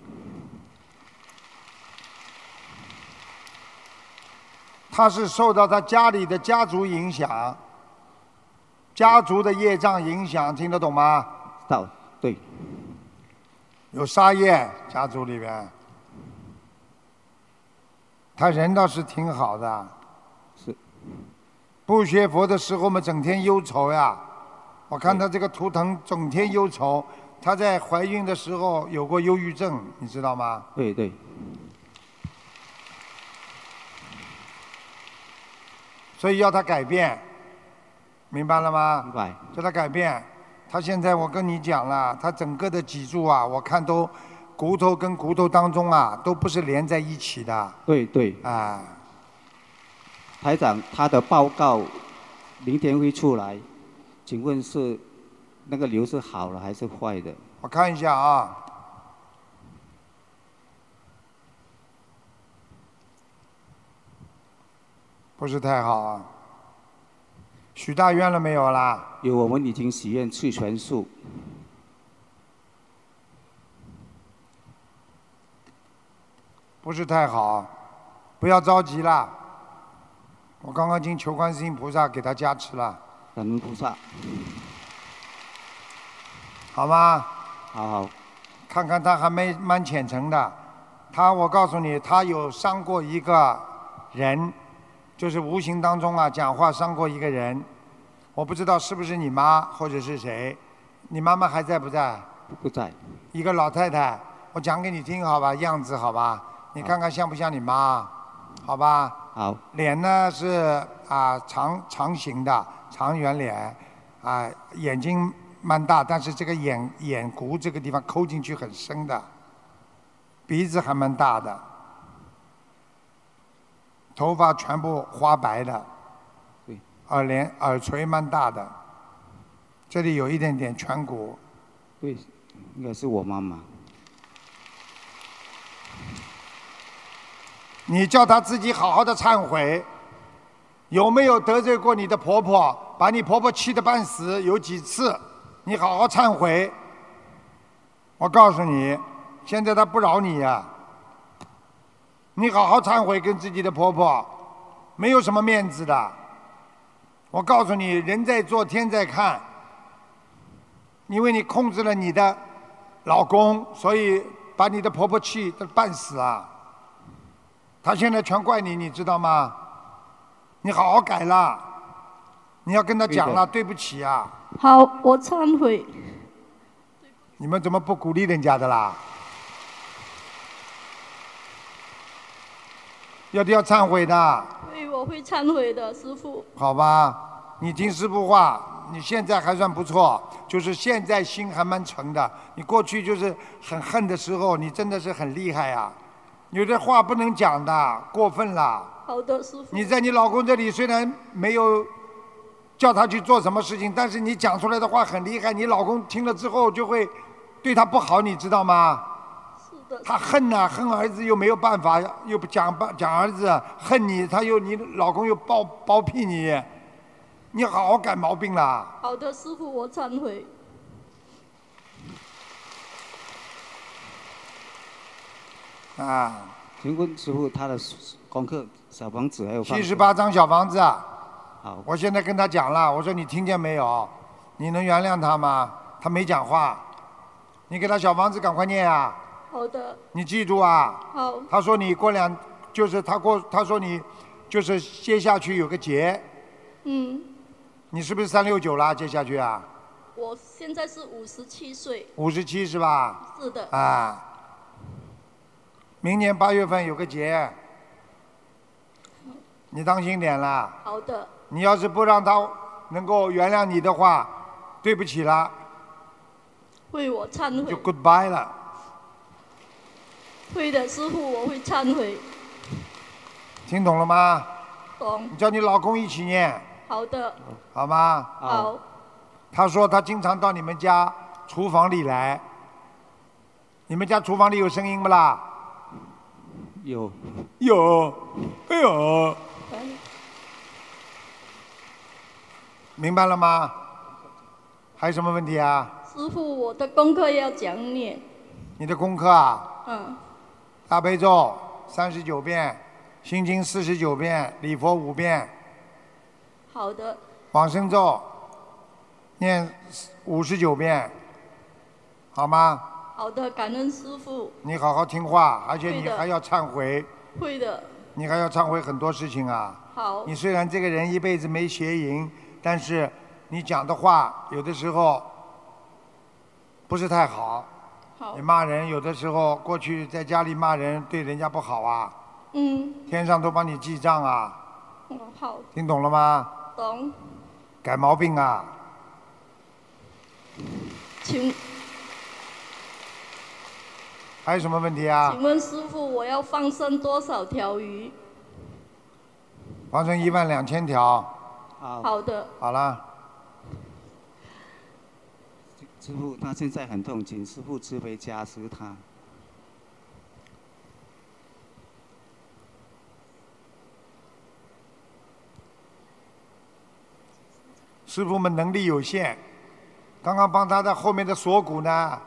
B: 他是受到他家里的家族影响，家族的业障影响，听得懂吗？
F: 到对
B: 有沙业，家族里边，他人倒是挺好的。
F: 是。
B: 不学佛的时候嘛，整天忧愁呀。我看他这个图腾整天忧愁，她在怀孕的时候有过忧郁症，你知道吗？
F: 对对
B: 所以要她改变，明白了吗？
F: 明白
B: 叫他改变。他现在我跟你讲了，他整个的脊柱啊，我看都骨头跟骨头当中啊，都不是连在一起的，
F: 对对，
B: 哎，
F: 台长他的报告明天会出来，请问是那个瘤是好了还是坏的？
B: 我看一下啊。不是太好啊。许大愿了没有啦？
F: 有我们已经许愿去全数，
B: 不是太好，啊不要着急啦。我刚刚经求观世音菩萨给他加持了，
F: 感恩菩萨，
B: 好吗？
F: 好好
B: 看看他还没蛮虔诚的。他，我告诉你，他有伤过一个人，就是无形当中啊，讲话伤过一个人。我不知道是不是你妈或者是谁，你妈妈还在不在？
F: 不在，
B: 一个老太太，我讲给你听好吧，样子好吧，你看看像不像你妈，好吧？
F: 好
B: 脸呢是啊、长长形的长圆脸，啊、眼睛蛮大，但是这个眼眼骨这个地方抠进去很深的，鼻子还蛮大的，头发全部花白的
F: 对，
B: 耳帘耳垂蛮大的，这里有一点点颧骨，
F: 对，应该是我妈妈，
B: 你叫她自己好好的忏悔，有没有得罪过你的婆婆，把你婆婆气得半死？有几次？你好好忏悔。我告诉你，现在她不饶你呀、你好好忏悔，跟自己的婆婆，没有什么面子的。我告诉你，人在做，天在看。因为你控制了你的老公，所以把你的婆婆气得半死啊。他现在全怪你，你知道吗？你好好改啦，你要跟他讲了，对不起啊，
G: 好，我忏悔。
B: 你们怎么不鼓励人家的啦？要要忏悔的，
G: 对，我会忏悔的，师傅。
B: 好吧？你听师傅话，你现在还算不错，就是现在心还蛮诚的。你过去就是很恨的时候，你真的是很厉害呀、有的话不能讲的，过分了。
G: 好的，师傅。
B: 你在你老公这里虽然没有叫他去做什么事情，但是你讲出来的话很厉害，你老公听了之后就会对他不好，你知道吗？
G: 是的，
B: 他恨呐、恨儿子又没有办法，又不讲不讲儿子恨你，他又你老公又包包庇你，你好好改毛病啦。
G: 好的，师傅，我忏悔。
B: 啊，
F: 请问师傅他的功课小房子还有放
B: 七十八张小房子啊，
F: 好
B: 我现在跟他讲了，我说你听见没有？你能原谅他吗？他没讲话，你给他小房子赶快念啊！
G: 好的，
B: 你记住啊，
G: 好，
B: 他说你过两，就是他过，他说你就是接下去有个节，
G: 嗯，
B: 你是不是三六九啦？接下去啊，
G: 我现在是五十七岁，
B: 五十七是吧？
G: 是的，
B: 啊，明年八月份有个节，你当心点啦。
G: 好的，
B: 你要是不让他能够原谅你的话，对不起啦，
G: 为我忏
B: 就
G: 悔，
B: goodbye 了。
G: 会的，师傅，我会忏悔，
B: 听懂了吗？
G: 懂，
B: 你叫你老公一起念，
G: 好的，
B: 好吗？
G: 好，
B: 他说他经常到你们家厨房里来。你们家厨房里有声音不啦？
F: 有
B: 有，哎呦，明白了吗？还有什么问题啊？
G: 师傅，我的功课要讲念，
B: 你的功课啊？
G: 嗯，
B: 大悲咒三十九遍，心经四十九遍，礼佛五遍，
G: 好的，
B: 往生咒念五十九遍，好吗？
G: 好的，感恩师傅，
B: 你好好听话，而且
G: 对
B: 你
G: 的
B: 还要忏悔，
G: 会的，
B: 你还要忏悔很多事情啊。
G: 好
B: 你，虽然这个人一辈子没邪淫，但是你讲的话有的时候不是太好。
G: 好
B: 你，骂人有的时候，过去在家里骂人对人家不好啊，
G: 嗯，
B: 天上都帮你记账啊，
G: 哦好，
B: 听懂了吗？
G: 懂，
B: 改毛病啊！
G: 请
B: 还有什么问题啊
G: 请？问师傅，我要放生多少条鱼？
B: 放生一万两千条，
F: 啊，
G: 好的，
B: 好了，
F: 师傅他现在很痛，请师傅慈悲加持他。
B: 师傅们能力有限，刚刚帮他的后面的锁骨呢，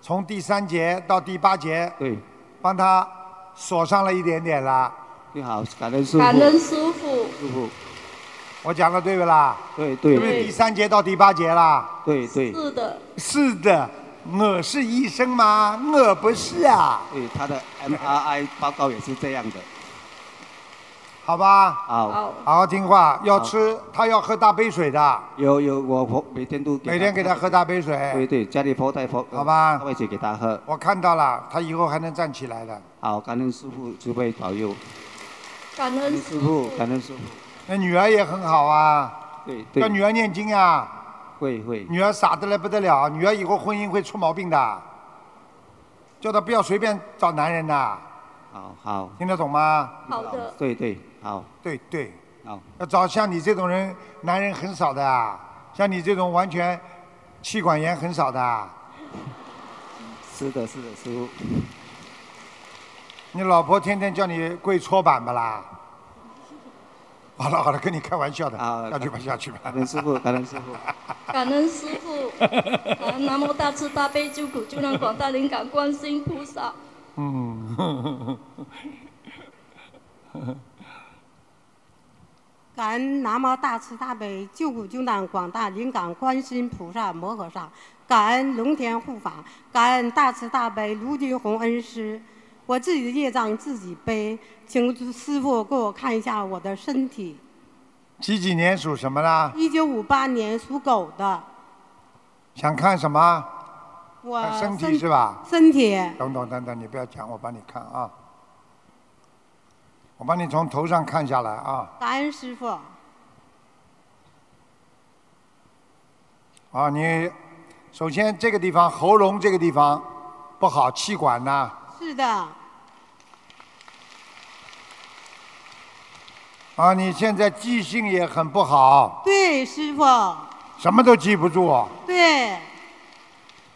B: 从第三节到第八节，
F: 对，
B: 帮他锁上了一点点啦。
F: 你好，感恩师傅，
G: 感恩师傅，
F: 师傅，
B: 我讲的对不啦？
F: 对
B: 是不
F: 对
B: 是第三节到第八节啦？
F: 对对
G: 是的，
B: 是的，我是医生吗？我不是啊，
F: 对，他的 MRI 报告也是这样的。
B: 好吧，
F: 好，
G: 好，
B: 好好听话，要吃，他要喝大杯水的，
F: 有有，我我每天都给
B: 每天给他喝大杯水。
F: 对对，家里佛带佛，
B: 好吧
F: 他会去给他喝。
B: 我看到了，他以后还能站起来的。
F: 好，感恩师傅慈悲保佑，
G: 感
F: 感
G: 恩
F: 恩
G: 师
F: 师
G: 傅
F: 傅，，感恩师傅，
B: 那女儿也很好啊，
F: 对
B: 叫
F: 对，
B: 女儿念经啊，
F: 会会，
B: 女儿傻得来不得了，女儿以后婚姻会出毛病的，叫她不要随便找男人呐、
F: 好好，
B: 听得懂吗？
G: 好的，
F: 对对，好
B: 对对，
F: 好，
B: 要找像你这种人，男人很少的啊，像你这种完全气管炎很少的啊，
F: 是的是的，师傅，
B: 你老婆天天叫你跪搓板不啦？好了好了，跟你开玩笑的，
F: 啊
B: 下去吧下去吧。
F: 感恩师傅，感恩师傅，
G: 感恩师傅，啊，南无大慈大悲救苦救难广大灵感观世音菩萨，
B: 嗯，
H: 感恩南无大慈大悲救苦救难广大灵感观世音菩萨摩诃萨，感恩龙天护法，感恩大慈大悲卢军红恩师。我自己的业障自己背，请师傅给我看一下我的身体。
B: 几几年属什么啦？
H: 一九五八年属狗的，
B: 想看什么？
H: 我
B: 看呃身体是吧？
H: 身体
B: 等等等等，你不要讲，我帮你看啊。我帮你从头上看下来啊
H: 感恩师傅，
B: 啊！你首先这个地方喉咙这个地方不好，气管呐、
H: 是的，
B: 啊！你现在记性也很不好，
H: 对师傅，
B: 什么都记不住。
H: 对，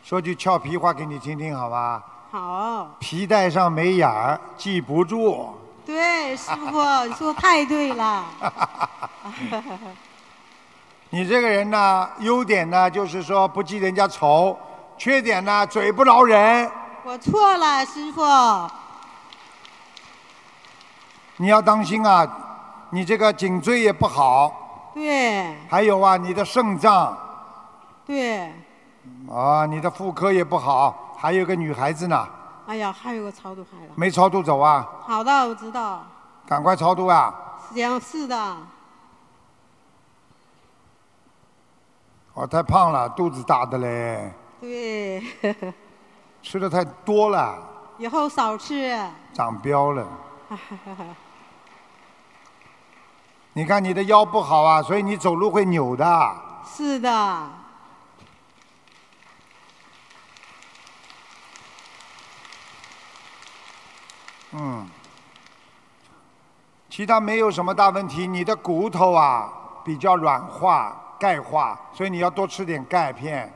B: 说句俏皮话给你听听好吧？
H: 好，
B: 皮带上没眼儿，记不住。
H: 对师傅，你说太对了。
B: 你这个人呢，优点呢就是说不记人家仇，缺点呢嘴不饶人。
H: 我错了，师傅。
B: 你要当心啊，你这个颈椎也不好，
H: 对
B: 还有啊，你的肾脏
H: 对，
B: 啊，你的妇科也不好，还有个女孩子呢，
H: 哎呀，还有个超度海了。
B: 没超度走啊，
H: 好的，我知道，
B: 赶快超度啊！
H: 行，是的，
B: 我哦太胖了，肚子大的嘞，
H: 对，
B: 吃的太多了，
H: 以后少吃。
B: 长膘了。你看你的腰不好啊，所以你走路会扭的。
H: 是的，
B: 嗯，其他没有什么大问题，你的骨头啊比较软化、钙化，所以你要多吃点钙片，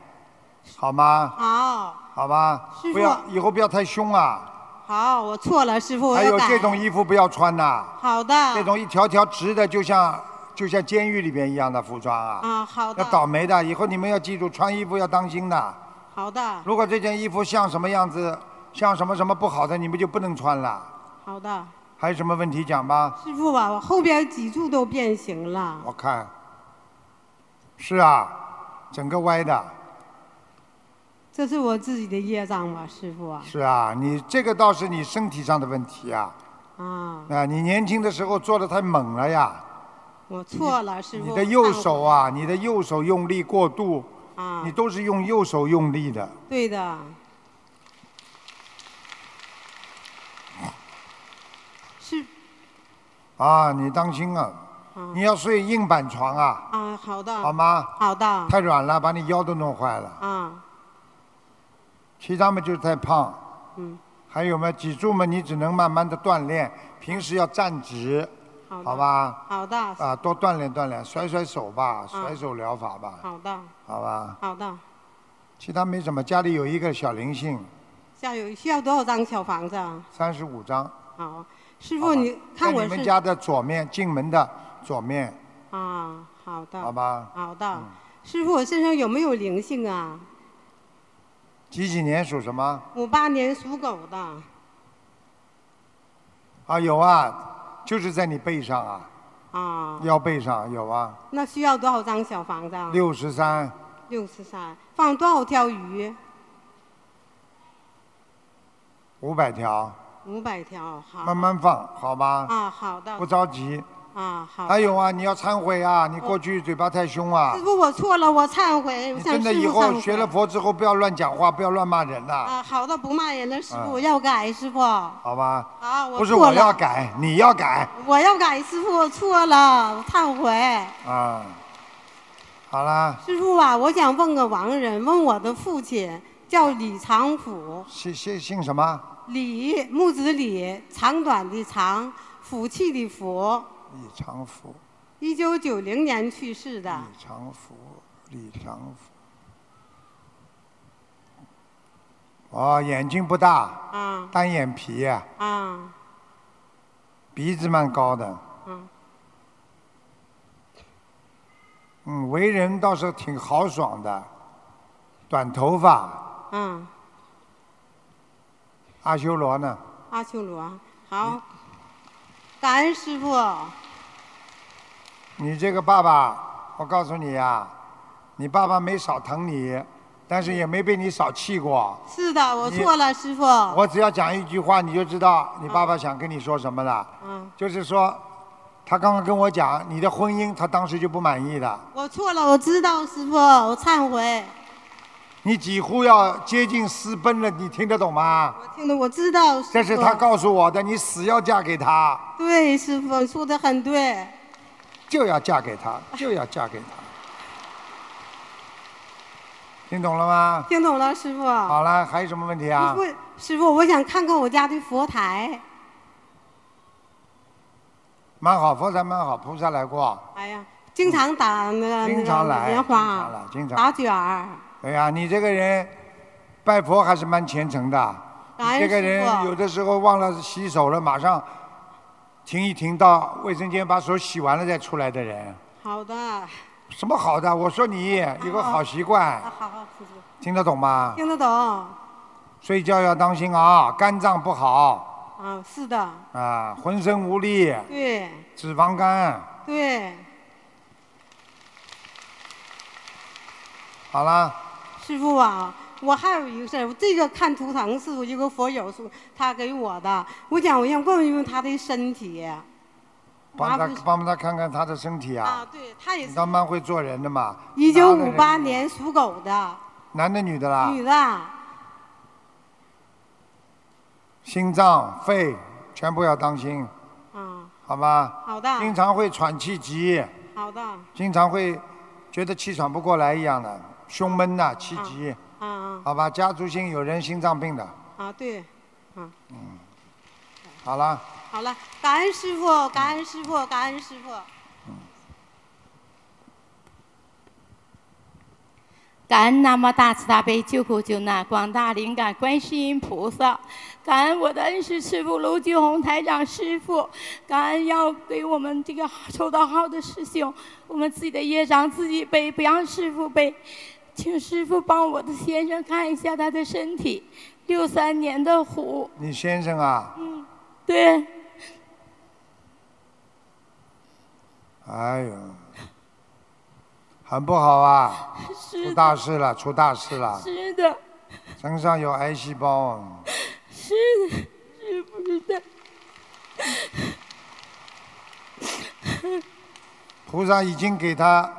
B: 好吗？
H: 好，
B: 好吧
H: 师，傅
B: 不要以后不要太凶啊！
H: 好，我错了，师傅，我
B: 还
H: 要
B: 有
H: 改。
B: 这种衣服不要穿呐、
H: 好的，
B: 这种一条条直的，就像就像监狱里边一样的服装啊，
H: 啊，好
B: 要
H: 的，
B: 倒霉的。以后你们要记住，穿衣服要当心的。
H: 好的，
B: 如果这件衣服像什么样子，像什么什么不好的，你们就不能穿了。
H: 好的，
B: 还有什么问题讲吧？
H: 师傅啊，我后边脊柱都变形了，
B: 我看，是啊，整个歪的。
H: 这是我自己的业障吧，师傅啊，
B: 是啊，你这个倒是你身体上的问题啊。
H: 啊，
B: 啊，你年轻的时候做的太猛了呀。
H: 我错了，师傅。
B: 你的右
H: 我忏悔
B: 手啊，你的右手用力过度，
H: 啊
B: 你，都是用右手用力的。
H: 对的，是
B: 啊，你当心啊！
H: 啊
B: 你要睡硬板床啊，
H: 啊，好的，
B: 好吗？
H: 好的，
B: 太软了，把你腰都弄坏了。
H: 啊，
B: 其他嘛就是太胖，
H: 嗯，
B: 还有嘛脊柱嘛，你只能慢慢的锻炼，平时要站直，
H: 好的，
B: 好，吧？
H: 好的，
B: 啊，多锻炼锻炼，甩甩手
H: 啊
B: 吧，甩手疗法吧，
H: 好的，
B: 好吧？
H: 好的。
B: 其他没什么，家里有一个小灵性，
H: 下有需要多少张小房子啊？
B: 三十五张，
H: 好，师
B: 好
H: 傅
B: 吧
H: 你
B: 在
H: 看
B: 你
H: 我
B: 们
H: 是
B: 家的左面，进门的左面，
H: 啊，好的，
B: 好吧？嗯
H: 好的，师傅我身上有没有灵性啊？
B: 几几年属什么？
H: 五八年属狗的，
B: 啊，有啊，就是在你背上啊，
H: 啊，
B: 腰背上有啊，
H: 那需要多少张小房子啊？
B: 六十三，
H: 六十三，放多少条鱼？
B: 五百条，
H: 五百条，好。
B: 慢慢放，好吧？
H: 啊，好的
B: 不。着急。
H: 啊，好。
B: 还有啊，你要忏悔啊！你过去嘴巴太凶啊
H: 师！傅，我错了，我忏悔，我
B: 你
H: 向
B: 真的
H: 师
B: 以
H: 傅嗯忏
B: 后
H: 悔。
B: 学了佛之后，不要乱讲话，不要乱骂人呐、
H: 啊，好的，不骂人了，师
B: 嗯
H: 傅，我要改，师傅。好，
B: 好吧？
H: 我
B: 不是
H: 错
B: 我
H: 了
B: 要，改，你要改
H: 我要改，师傅，我错了，我忏悔。
B: 啊！好啦，
H: 师傅啊，我想问个亡人，问我的父亲叫李长甫，
B: 姓姓姓什么？
H: 李木子李，长短的长，福气的福。
B: 李长福，
H: 一九九零年去世的，
B: 李长福，李长福。哦，眼睛不大，
H: 啊
B: 单眼皮、啊，
H: 啊
B: 鼻子蛮高的。
H: 嗯
B: 嗯，为人倒是挺豪爽的，短头发，
H: 啊！
B: 阿修罗呢？
H: 阿修罗，好，感恩师傅。
B: 你这个爸爸，我告诉你呀、你爸爸没少疼你，但是也没被你少气过。
H: 是的，我
B: 你
H: 错了，师傅。
B: 我只要讲一句话，你就知道你爸爸想跟你说什么了。
H: 嗯，
B: 就是说，他刚刚跟我讲你的婚姻，他当时就不满意的。
H: 我错了，我知道，师傅，我忏悔。
B: 你几乎要接近私奔了，你听得懂吗？
H: 我听的，我知道。师
B: 这是
H: 傅
B: 他告诉我的，你死要嫁给他，
H: 对，师傅你说的很对。
B: 就要嫁给他，就要嫁给他。听懂了吗？
H: 听懂了，师傅。
B: 好了，还有什么问题啊？
H: 师傅，师傅，我想看看我家的佛台。
B: 蛮好，佛台蛮好，菩萨来过。
H: 哎呀，经常打那个
B: 经常
H: 那
B: 来
H: 个
B: 经
H: 莲
B: 常
H: 花
B: 来，经常来
H: 打卷儿。
B: 哎呀，你这个人拜佛还是蛮虔诚的。
H: 感恩
B: 你这个
H: 哎师
B: 人
H: 父
B: 有的时候忘了洗手了，马上停一停，到卫生间把手洗完了再出来的人，
H: 好的，啊
B: 什么好的？我说你有个好习惯，
H: 啊好好，师傅
B: 听得懂吗？
H: 听得懂。啊
B: 睡觉要当心啊，肝脏不好
H: 啊，是的，
B: 啊，浑身无力，
H: 对
B: 脂肪肝。
H: 对，
B: 好了，
H: 师傅啊，我还有一个事儿，这个看图腾是我一个佛友说他给我的，我想我想问一问他的身体。
B: 帮
H: 麻
B: 他
H: 烦
B: 帮他看看他的身体啊
H: 啊，，对他也是
B: 他蛮会做人的嘛。
H: 一九五八
B: 男的人，
H: 年属狗的
B: 男的女的啦？
H: 女的，
B: 心脏、肺全部要当心，
H: 嗯，
B: 好吧？
H: 好的，
B: 经常会喘气急，
H: 好的，啊
B: 经常会觉得气喘不过来一样的，胸闷呐、气
H: 啊
B: 急，
H: 嗯
B: 好吧？家族性有人心脏病的，嗯
H: 啊对，
B: 好了，
H: 好了，感恩师傅，感恩师傅，感恩师傅。
I: 感恩南无大慈大悲救苦救难广大灵感观世音菩萨，感恩我的恩师师傅卢俊宏台长师傅，感恩要给我们这个抽到号的师兄，我们自己的业障自己背，不让师傅背，请师傅帮我的先生看一下他的身体，六三年的虎，嗯
B: 你先生啊，
I: 对，
B: 哎呦，很不好啊，出
I: 是
B: 大事了，出大事了，
I: 是的，
B: 身上有癌细胞，啊
I: 是的，是不是的，
B: 菩萨已经给 他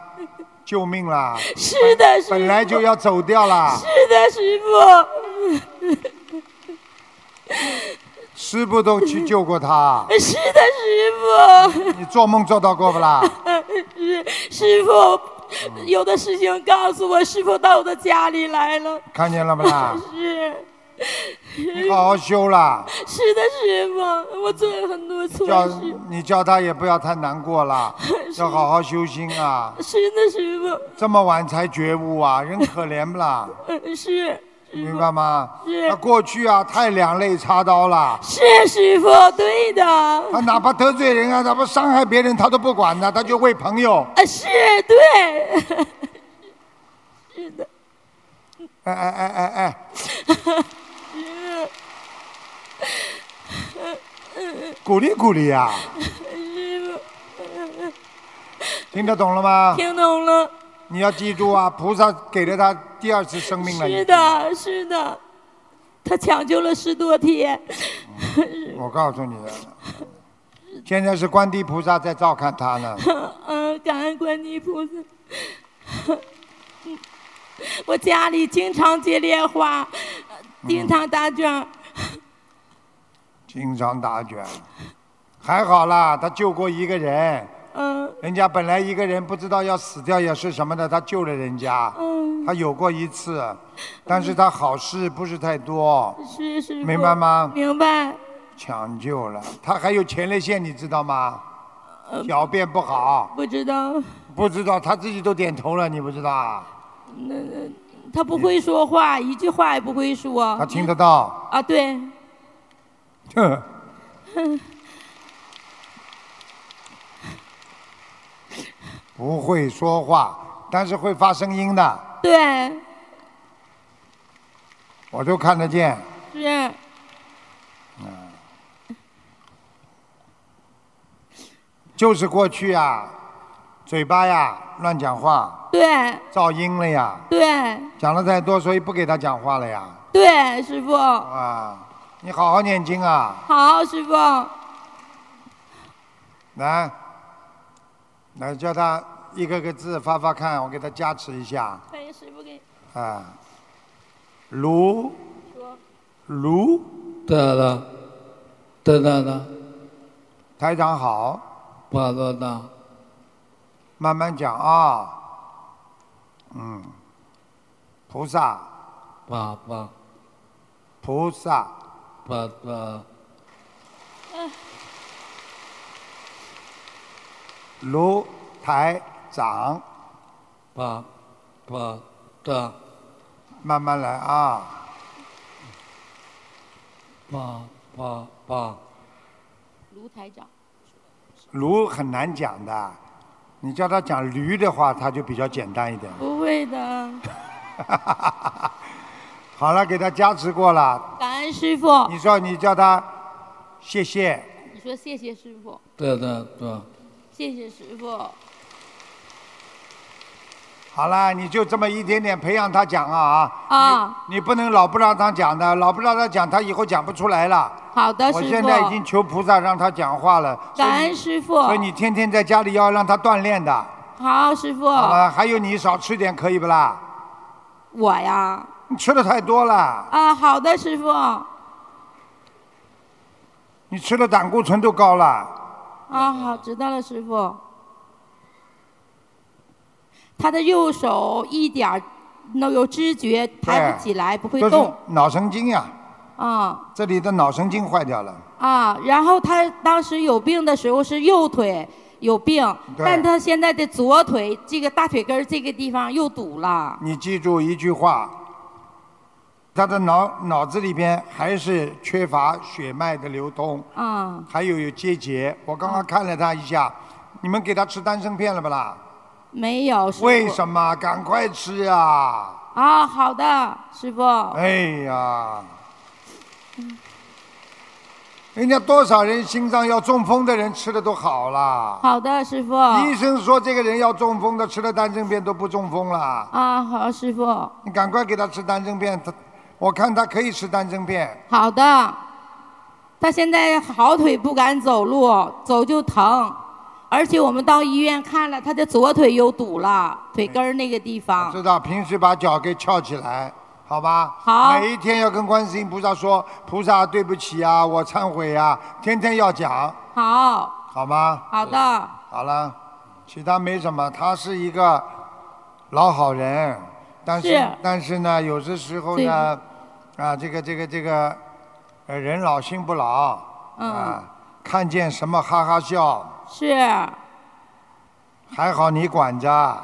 B: 救命了，
I: 是的，师
B: 本来
I: 父
B: 就要走掉了。
I: 是的，师傅，
B: 师傅都去救过他，
I: 是的，师傅。
B: 你做梦做到过不啦？
I: 师师傅，有的事情告诉我，师傅到我的家里来了。
B: 看见了不啦？
I: 是
B: 你好好修啦，
I: 是的，师傅，我做了很多错
B: 叫
I: 事。
B: 你叫他也不要太难过啦，要好好修心啊。
I: 是的，师傅，
B: 这么晚才觉悟啊，人可怜不啦？
I: 嗯，是师
B: 明
I: 傅，
B: 白吗？
I: 是
B: 他过去啊，太两肋插刀了。
I: 是师傅，对的，
B: 他
I: 啊，
B: 哪怕得罪人啊，哪怕伤害别人，他都不管的，他就为朋友。
I: 呃是对，是的，
B: 哎哎哎哎哎，
I: 师
B: 鼓励鼓励啊，
I: 傅，师
B: 听得懂了吗
I: 傅，？听懂了，
B: 你要记住啊，菩萨给了他第二次生命了。
I: 是的，是的，他抢救了十多天，
B: 嗯我告诉你，啊现在是观地菩萨在照看他 呢。
I: 嗯，感恩观世音菩萨。 我家里经常接莲花，经常打卷儿，
B: 经常打卷，还好啦，他救过一个人，
I: 嗯
B: 人家本来一个人不知道要死掉也是什么的，他救了人家，
I: 嗯，
B: 他有过一次，但是他好事不是太多，
I: 是师傅。
B: 明白？吗？
I: 明白，
B: 抢救了，他还有前列腺，你知道吗？小便不好，
I: 呃不知道，
B: 不知道他自己都点头了，你不知道啊？
I: 他不会说话，一句话也不会说
B: 他。听得到，
I: 啊，对，
B: 哼，不会说话，但是会发声音的。
I: 对，
B: 我都看得见。
I: 是，
B: 就是过去啊，嘴巴呀乱讲话，
I: 对，
B: 噪音了呀，
I: 对，
B: 讲的太多，所以不给他讲话了呀。
I: 对，师傅，
B: 啊，你好好念经啊，
I: 好，师傅，
B: 来，来叫他一个个字发发看，我给他加持一下
I: 欢迎师傅给
B: 啊。卢，卢
J: 得了，得了了，
B: 台长好，
J: 巴罗那，
B: 慢慢讲啊。嗯，菩萨，
J: 巴巴
B: 菩萨，
J: 巴巴
C: 啊
B: 卢台长。
J: 巴巴的
B: 慢慢来啊，
J: 巴巴巴
I: 卢台长，
B: 驴很难讲的，你叫他讲驴的话，他就比较简单一点。
I: 不会的，
B: 好了，给他加持过了。
I: 感恩师傅，
B: 你说你叫他谢谢，
I: 你说谢谢师傅，
J: 得了得，
I: 谢谢师傅，
B: 好了，你就这么一点点培养他讲啊啊！
I: 啊，
B: 你不能老不让他讲的，老不让他讲，他以后讲不出来了。
I: 好的，
B: 我
I: 师
B: 现
I: 傅
B: 在已经求菩萨让他讲话了。所以
I: 感恩
B: 你
I: 师傅
B: 所以你天天在家里要让他锻炼的。
I: 好，师傅，
B: 好了，还有你少吃点可以不啦？
I: 我呀，
B: 你吃的太多了，
I: 啊，好的，师傅，啊，
B: 你吃的胆固醇都高了。
I: 啊好，知道了，师傅。他的右手一点儿那有知觉，抬不起来，不会
B: 都是
I: 动，
B: 脑神经呀、
I: 啊
B: 这里的脑神经坏掉了。
I: 啊。然后他当时有病的时候是右腿有病，
B: 对
I: 但他现在的左腿这个大腿根儿这个地方又堵了。
B: 你记住一句话，他的脑脑子里边还是缺乏血脉的流通，
I: 啊，
B: 还有有结节。我刚
I: 嗯
B: 刚看了他一下，你们给他吃丹参片了不啦？
I: 没有，师傅。
B: 为什么？赶快吃啊！
I: 啊，好的，师傅。
B: 哎呀，人家多少人心脏要中风的人吃的都好啦。
I: 好的，师傅。
B: 医生说这个人要中风的，吃了丹参片都不中风了。
I: 啊，好，师傅。
B: 你赶快给他吃丹参片，他我看他可以吃丹参片。
I: 好的，他现在好腿不敢走路，走就疼，而且我们到医院看了，他的左腿又堵了，腿根儿那个地方。
B: 知道，平时把脚给翘起来，好吧？
I: 好
B: 每一天要跟观世音菩萨说，菩萨对不起啊，我忏悔啊，天天要讲，
I: 好，
B: 好吗？
I: 好的，
B: 好了，其他没什么，他是一个老好人，但是
I: 是
B: 但是呢，有的时候
I: 对
B: 呢，啊，这个这个这个，呃，人老心不老，啊，看见什么哈哈笑，
I: 嗯是
B: 还好你管着，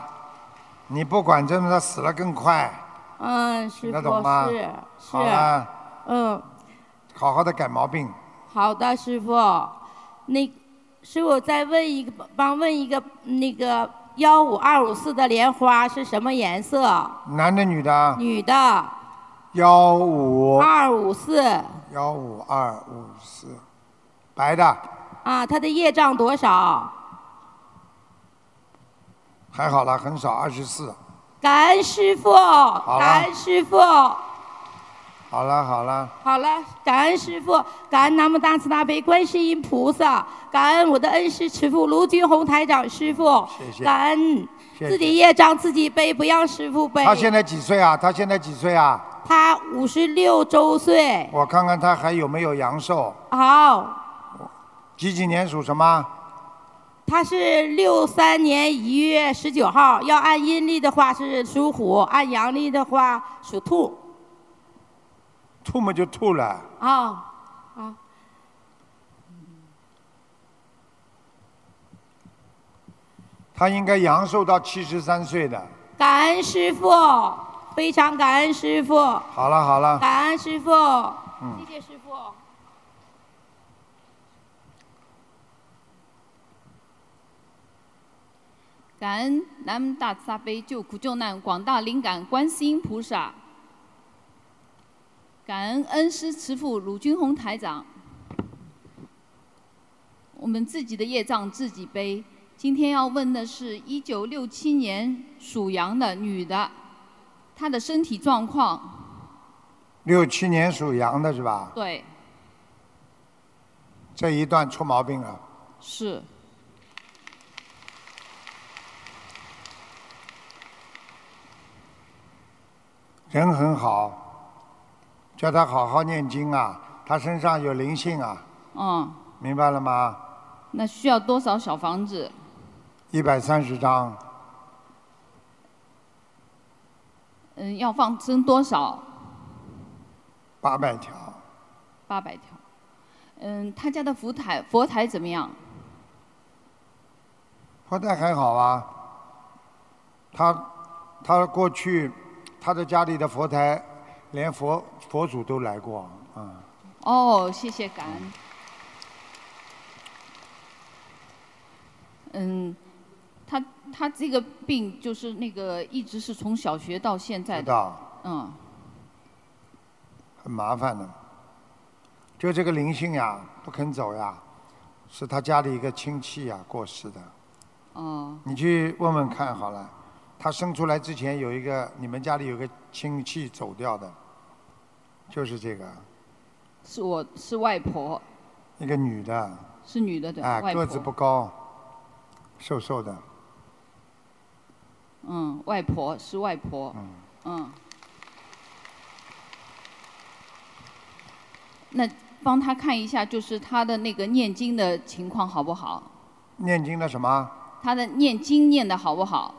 B: 你不管真的他死了更快。
I: 嗯，师
B: 听得
I: 傅
B: 懂吗？
I: 是是
B: 好，啊了，
I: 嗯，
B: 好好的改毛病。
I: 好的，师傅。那师傅再问一个，帮问一个那个幺五二五四的莲花是什么颜色？
B: 男的女的？
I: 女的，
B: 幺五
I: 二五四
B: 幺五二五四，白的
I: 啊，她的业障多少？
B: 还好了，很少，二十四。
I: 感恩师傅，
B: 了
I: 感恩师傅。
B: 好了好了，
I: 好了，感恩师傅，感恩南无大慈大悲观世音菩萨，感恩我的恩师慈父卢军红台长师傅，
B: 谢谢
I: 感恩
B: 谢谢
I: 自己业障自己背，不让师傅背。
B: 他现在几岁啊？他现在几岁啊？
I: 他五十六周岁，
B: 我看看他还有没有阳寿。
I: 好，
B: 几几年属什么？
I: 他是六三年一月十九号，要按阴历的话是属虎，按阳历的话属兔。
B: 吐嘛就吐了，
I: 啊啊，
B: 他应该阳寿到七十三岁的。
I: 感恩师傅，非常感恩师傅。
B: 好了好了，
I: 感恩师傅，
B: 嗯
I: 谢谢师傅。
K: 感恩南无大慈大悲救苦救难广大灵感观世音菩萨，感恩恩师慈父鲁军宏台长。我们自己的业障自己背。今天要问的是一九六七年属羊的女的，她的身体状况。
B: 六七年属羊的是吧？
K: 对，
B: 这一段出毛病啊了，
K: 是
B: 人很好，叫他好好念经啊，他身上有灵性啊，
K: 嗯，
B: 明白了吗？
K: 那需要多少小房子？
B: 一百三十张，
K: 嗯，要放生多少？
B: 八百条，
K: 八百条。嗯，他家的佛台佛台怎么样？
B: 佛台还好啊。他，他过去，他的家里的佛台，连佛佛祖都来过啊、
K: 哦，谢谢感恩。嗯，他他这个病就是那个一直是从小学到现在
B: 知
K: 的，
B: 道，
K: 嗯，
B: 很麻烦的。就这个灵性呀，不肯走呀，是啊他家里一个亲戚呀过世的，
K: 哦，
B: 你去问问看好了，他生出来之前有一个你们家里有个亲戚走掉的，就是这个
K: 是我是外婆，
B: 一个女的，
K: 是女的对，
B: 啊、
K: 外
B: 个子不
K: 婆，
B: 高，瘦瘦的，
K: 嗯，外婆是外婆，嗯，那帮他看一下，就是他的那个念经的情况好不好？
B: 念经的什么？
K: 他的念经念的好不好？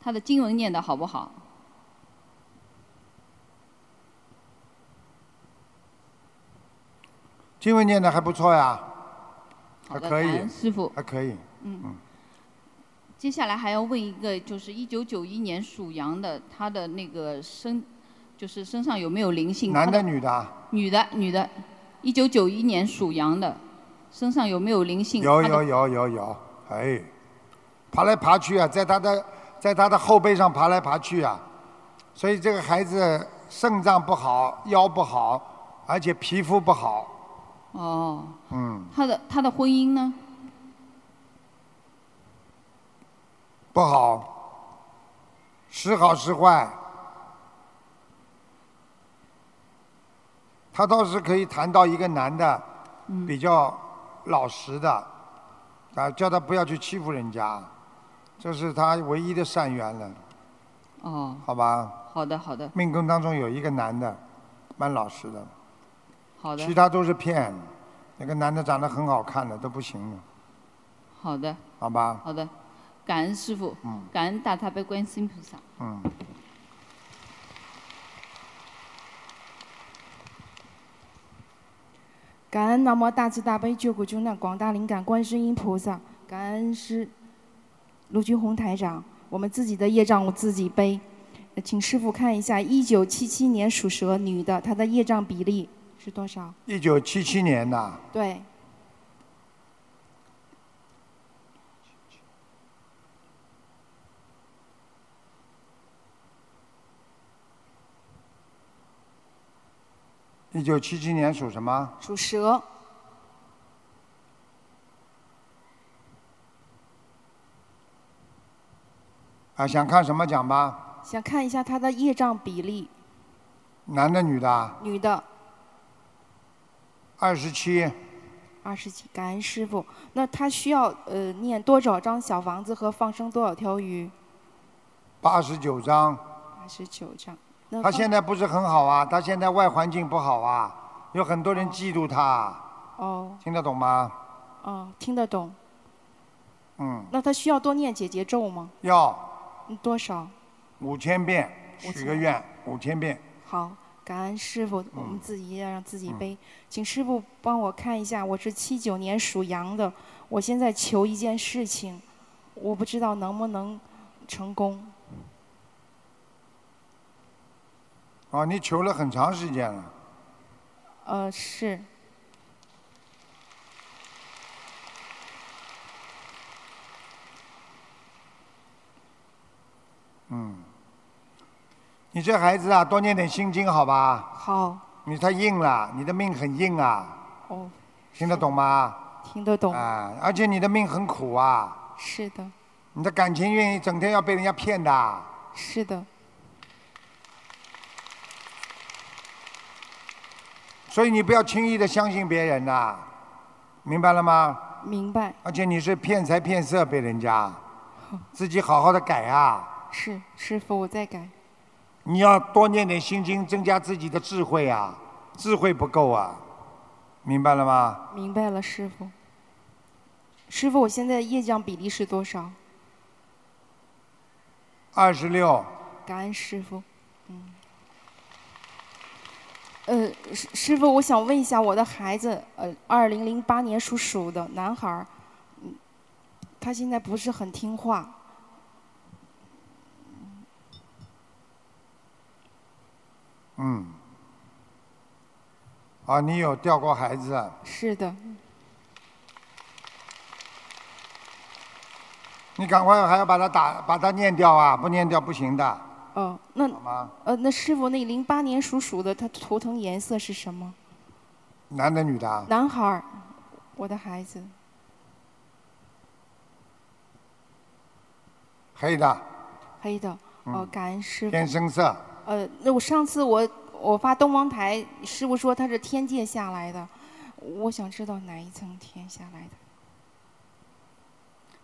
K: 他的经文念的好不好？
B: 经文念的还不错呀，还
K: 好的
B: 可
K: 感
B: 以，
K: 恩师傅
B: 还可以，
K: 嗯，接下来还要问一个，就是一九九一年属羊的，他的那个身，就是身上有没有灵性？
B: 男的
K: 他
B: 女的啊？
K: 女的，女的，一九九一年属羊的，身上有没有灵性？
B: 有
K: 她的
B: 有。有有有，哎，爬来爬去啊，在他的在他的后背上爬来爬去啊，所以这个孩子肾脏不好，腰不好，而且皮肤不好，
K: 哦，
B: 嗯，
K: 他的他的婚姻呢？
B: 不好，时好时坏。他倒是可以谈到一个男的，
K: 嗯
B: 比较老实的，啊，叫他不要去欺负人家，这是他唯一的善缘了，
K: 哦，
B: 好吧？
K: 好的好的
B: 命宫当中有一个男的，蛮老实的，
K: 好的
B: 其他都是骗。那个男的长得很好看的，都不行了，
K: 好的
B: 好吧？
K: 好的，感恩师傅，感恩大慈悲观世音菩萨。
B: 嗯。
L: 感恩南无大慈大悲救苦救难广大灵感观世音菩萨，感恩师卢军红台长。我们自己的业障我自己背，呃请师傅看一下，一九七七年属蛇女的，她的业障比例是多少？
B: 一九七七年的，
L: 对，
B: 一九七七年属什么？
L: 属蛇。
B: 啊，想看什么讲吧？
L: 想看一下她的业障比例，
B: 男的女的啊？
L: 女的
B: 二十七，
L: 二十几。感恩师傅，那她需要呃念多少张小房子和放生多少条鱼？
B: 八十九张。
L: 八十九张。那
B: 他
L: 放
B: 现在不是很好啊，他现在外环境不好啊，有很多人嫉妒他，啊
L: 哦
B: 听得懂吗？
L: 哦，听得懂。
B: 嗯，
L: 那他需要多念姐姐咒吗？
B: 要
L: 嗯多少？
B: 五千遍，许个愿，五千遍。
L: 好，感恩师傅，我们自己要让自己背。请师傅帮我看一下，我是七九年属羊的，我现在求一件事情，我不知道能不能成功。
B: 哦，你求了很长时间了，
L: 呃，是
B: 嗯。你这孩子啊，多念点心经好吧？
L: 好。
B: 你太硬了，你的命很硬啊，
L: 哦，
B: 听得懂吗？
L: 听得懂。
B: 啊，而且你的命很苦啊，
L: 是的，
B: 你的感情运整天要被人家骗的。啊
L: 是的，
B: 所以你不要轻易的相信别人呐、啊明白了吗？
L: 明白。
B: 而且你是骗财骗色被人家，自己好好的改啊！
L: 是师傅，我再改。
B: 你要多念点心经，增加自己的智慧啊！智慧不够啊，明白了吗？
L: 明白了，师傅。师傅，我现在业障比例是多少？
B: 二十六，
L: 感恩师傅。嗯。呃，师师傅，我想问一下，我的孩子，呃，二零零八年属鼠的男孩儿，嗯，他现在不是很听话，
B: 嗯，啊，你有掉过孩子啊？
L: 是的，
B: 你赶快还要把它打，把它念掉啊！不念掉不行的，
L: 哦，那
B: 好吗？
L: 呃，那师傅，那零八年属鼠的，他图腾颜色是什么？
B: 男的女的啊？
L: 男孩儿，我的孩子，
B: 黑的，
L: 黑的。哦
B: 嗯，
L: 感恩师傅。
B: 天生色，
L: 呃，那我上次我我发东方台，师傅说它是天界下来的，我想知道哪一层天下来的。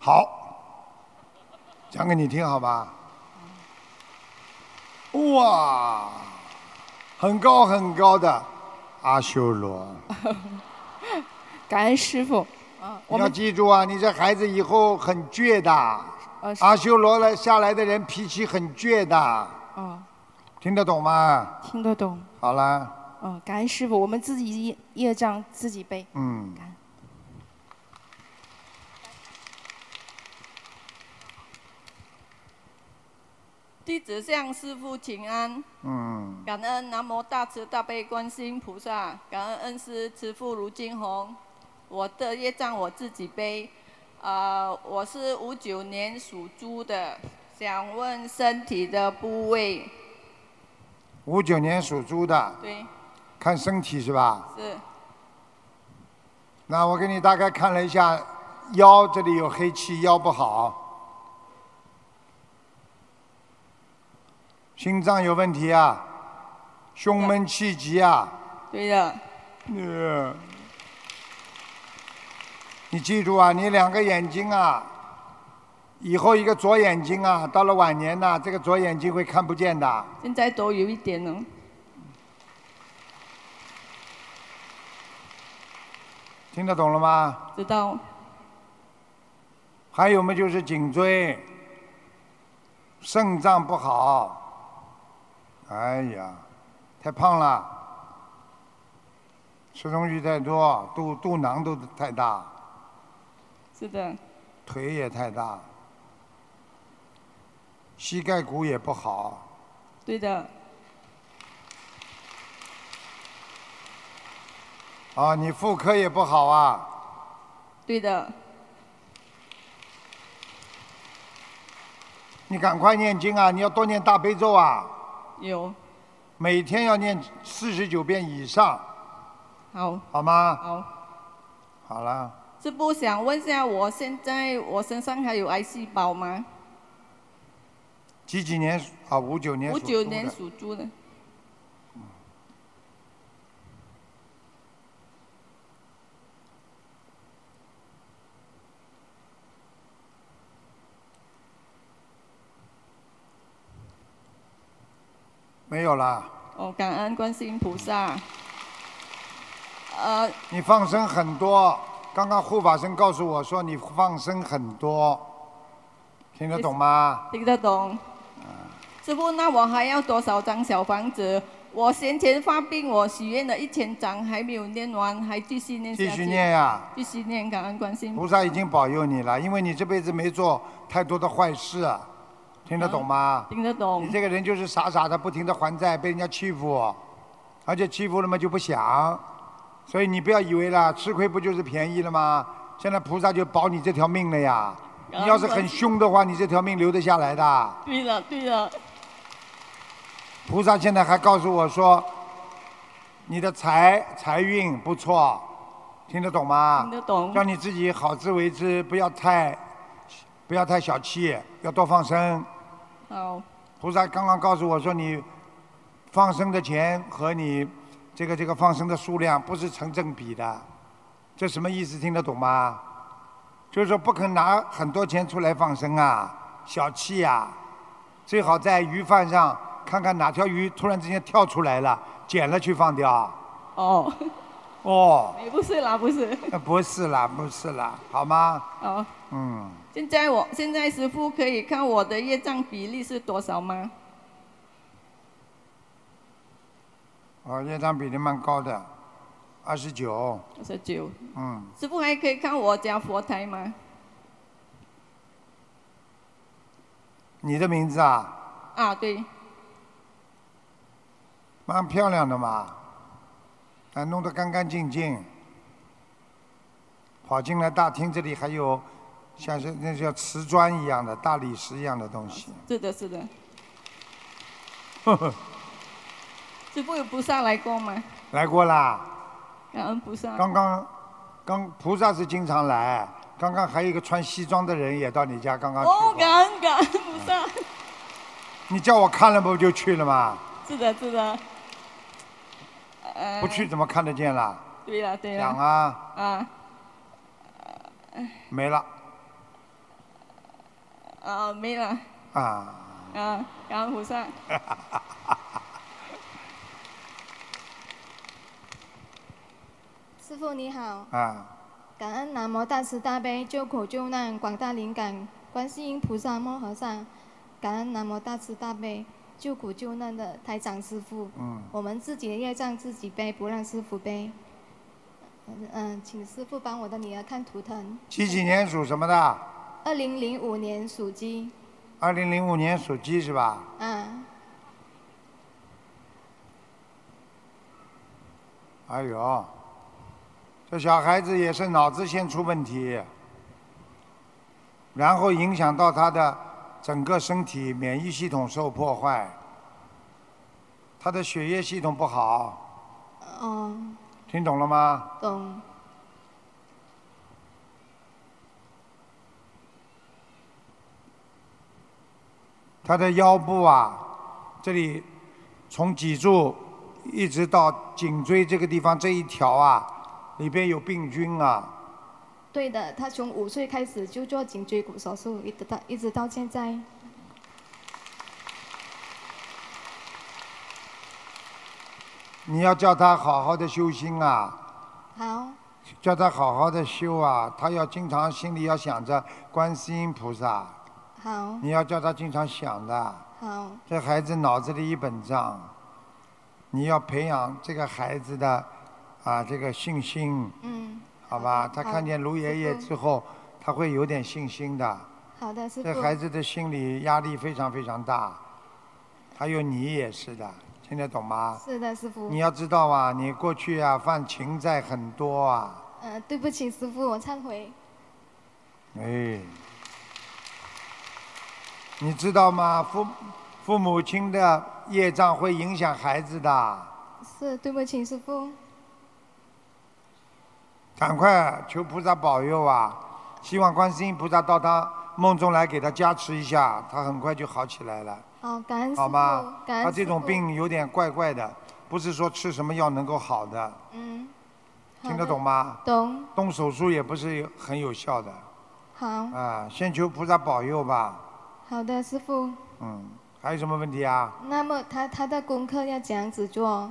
B: 好，讲给你听好吧？哇，很高很高的阿修罗，
L: 感恩师傅。嗯、我
B: 你要
L: 们
B: 记住啊，你这孩子以后很倔的。
L: 呃是
B: 阿修罗来下来的人脾气很倔的，
L: 哦
B: 听得懂吗？
L: 听得懂。
B: 好了，
L: 嗯、感恩师傅，我们自己业业障自己背。
B: 嗯，
M: 弟子向师父请安，
B: 嗯，
M: 感恩南无大慈大悲观世音菩萨，感恩恩师慈父卢金红。我的业障我自己背，呃，我是五九年属猪的，想问身体的部位，
B: 五九年属猪的，
M: 对，
B: 看身体是吧？
M: 是
B: 那我给你大概看了一下，腰这里有黑气，腰不好，心脏有问题啊，胸闷气急啊。
M: 对的。
B: 呃，你记住啊，你两个眼睛啊，以后一个左眼睛啊，到了晚年呐、这个左眼睛会看不见的。
M: 现在都有一点哦了。
B: 听得懂了吗？
M: 知道。
B: 还有么？就是颈椎、肾脏不好。哎呀，太胖了，吃东西太多，肚肚囊都太大，
M: 是的，
B: 腿也太大，膝盖骨也不好，
M: 对的，
B: 啊，你妇科也不好啊，
M: 对的，
B: 你赶快念经啊！你要多念大悲咒啊，
M: 有，
B: 每天要念四十九遍以上，
M: 好。
B: 好吗？
M: 好。
B: 好了，
M: 师傅想问一下，我现在我身上还有癌细胞吗？
B: 几几年属啊？五九年
M: 五
B: 属猪
M: 九
B: 的
M: 年属猪的，
B: 没有啦。
M: 哦，感恩观世音菩萨。呃，
B: 你放生很多，刚刚护法神告诉我说你放生很多，听得懂吗？
M: 听得懂。
B: 啊
M: 师傅，那我还要多少张小房子？我先前发病，我许愿了一千张，还没有念完，还继续念下去。
B: 继续念啊呀
M: 继续念，感恩观世音菩
B: 菩
M: 萨。
B: 萨已经保佑你了，因为你这辈子没做太多的坏事，啊听得懂吗？
M: 啊听得懂。
B: 你这个人就是傻傻的，不停的还债，被人家欺负，而且欺负了嘛就不想，所以你不要以为啦，吃亏不就是便宜了吗？现在菩萨就保你这条命了呀。你要是很凶的话，你这条命留得下来的。
M: 对了，对了，
B: 菩萨现在还告诉我说，你的财财运不错，听得懂吗？
M: 听得懂
B: 让你自己好自为之，不要太不要太小气，要多放生。
M: 好，
B: 菩萨刚刚告诉我说，你放生的钱和你这个这个放生的数量不是成正比的，这什么意思？听得懂吗？就是说不肯拿很多钱出来放生啊，小气啊呀、最好在鱼贩上看看哪条鱼突然之间跳出来了，捡了去放掉。
M: 哦。
B: 哦，
M: 也不是啦，不是。
B: 呃不是啦，不是啦，好吗？
M: 哦，
B: 嗯，
M: 现在我现在师傅可以看我的业障比例是多少吗？
B: 哦，业障比例蛮高的，二十九。
M: 二十九。
B: 嗯，
M: 师傅还可以看我家佛台吗？
B: 你的名字啊，
M: 啊，对，
B: 蛮漂亮的嘛，啊，弄得干干净净。跑进来大厅这里还有，像是那叫瓷砖一样的大理石一样的东西。
M: 是的，是的。
B: 呵呵，
M: 师傅有菩萨来过吗？
B: 来过啦。
M: 感恩菩萨。
B: 刚刚，刚菩萨是经常
M: 哦
B: 来，刚刚还有一个穿西装的人也到你家，刚刚去
M: 哦，感恩感恩菩萨。
B: 你叫我看了不就去了吗？
M: 是的，是的。呃，
B: 不去怎么看得见啦？
M: 对了，对了。
B: 讲啊，
M: 啊。呃
B: 没了
M: 啊，没了。
B: 啊！
M: 啊，感恩菩萨。
N: 师傅你好，
B: 啊，
N: 感恩南无大慈大悲救苦救难广大灵感观世音菩萨摩诃萨，感恩南无大慈大悲救苦救难的台长师傅。
B: 嗯
N: 我们自己的业障自己背，不让师傅背。嗯、嗯，请师傅帮我的女儿看图腾。
B: 几几年属什么的？
N: 二零零五年属鸡。
B: 二零零五年属鸡是吧？
N: 啊，
B: 哎呦，这小孩子也是脑子先出问题，然后影响到他的整个身体免疫系统受破坏，他的血液系统不好，
N: 哦，
B: 听懂了吗？
N: 懂。
B: 他的腰部啊，这里从脊柱一直到颈椎这个地方这一条啊，里边有病菌啊，
N: 对的，他从五岁开始就做颈椎骨手术，一直到一直到现在。
B: 你要叫他好好的修心啊，
N: 好，
B: 叫他好好的修啊，他要经常心里要想着观世音菩萨，
N: 好，
B: 你要叫他经常想的。
N: 好，
B: 这孩子脑子里一本账，你要培养这个孩子的啊这个信心，
N: 嗯，
B: 好吧？他
N: 好
B: 看见卢爷爷
N: 师父
B: 之后，他会有点信心的。
N: 好的，师傅。
B: 这孩子的心理压力非常非常大，还有你也是的，听得懂吗？
N: 是的，师傅。
B: 你要知道啊，你过去啊犯情债很多啊，
N: 呃，对不起，师傅，我忏悔。
B: 哎，你知道吗？父父母亲的业障会影响孩子的。
N: 是，对不起，师傅。
B: 赶快求菩萨保佑啊！希望观世音菩萨到他梦中来给他加持一下，他很快就好起来了，
N: 哦，感恩师
B: 好
N: 傅，
B: 吗？
N: 感恩
B: 他这
N: 师
B: 种
N: 父，
B: 病有点怪怪的，不是说吃什么药能够好的，
N: 嗯，好
B: 听得
N: 的
B: 懂？吗？
N: 懂，
B: 动手术也不是很有效的
N: 好，
B: 啊，先求菩萨保佑吧。
N: 好的，师傅。
B: 嗯，还有什么问题啊？
N: 那么他他的功课要怎样子做？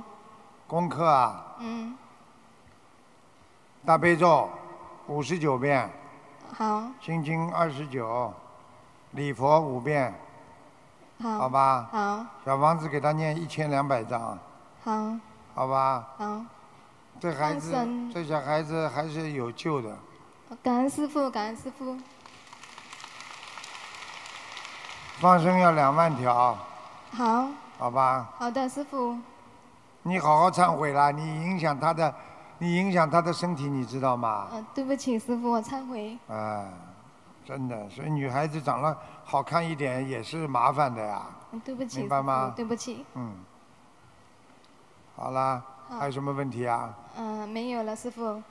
B: 功课啊，
N: 嗯，
B: 大悲咒五十九遍，
N: 好，
B: 心经二十九，礼佛五遍，
N: 好，
B: 好，吧？
N: 好，
B: 小房子给他念一千两百章，
N: 好，
B: 好吧？
N: 好，
B: 这孩子
N: 放生，
B: 这小孩子还是有救的。
N: 感恩师傅，感恩师傅，
B: 放生要两万条，
N: 好，
B: 好吧？
N: 好的，师傅，
B: 你好好忏悔啦，你影响他的，你影响他的身体，你知道吗？
N: 呃，对不起，师傅，我忏悔，
B: 啊，真的，所以女孩子长得好看一点也是麻烦的呀。
N: 嗯对不起，
B: 明白
N: 师父
B: 吗
N: 对不起，
B: 嗯，好啦，
N: 好
B: 还有什么问题啊？
N: 嗯、没有了，师傅，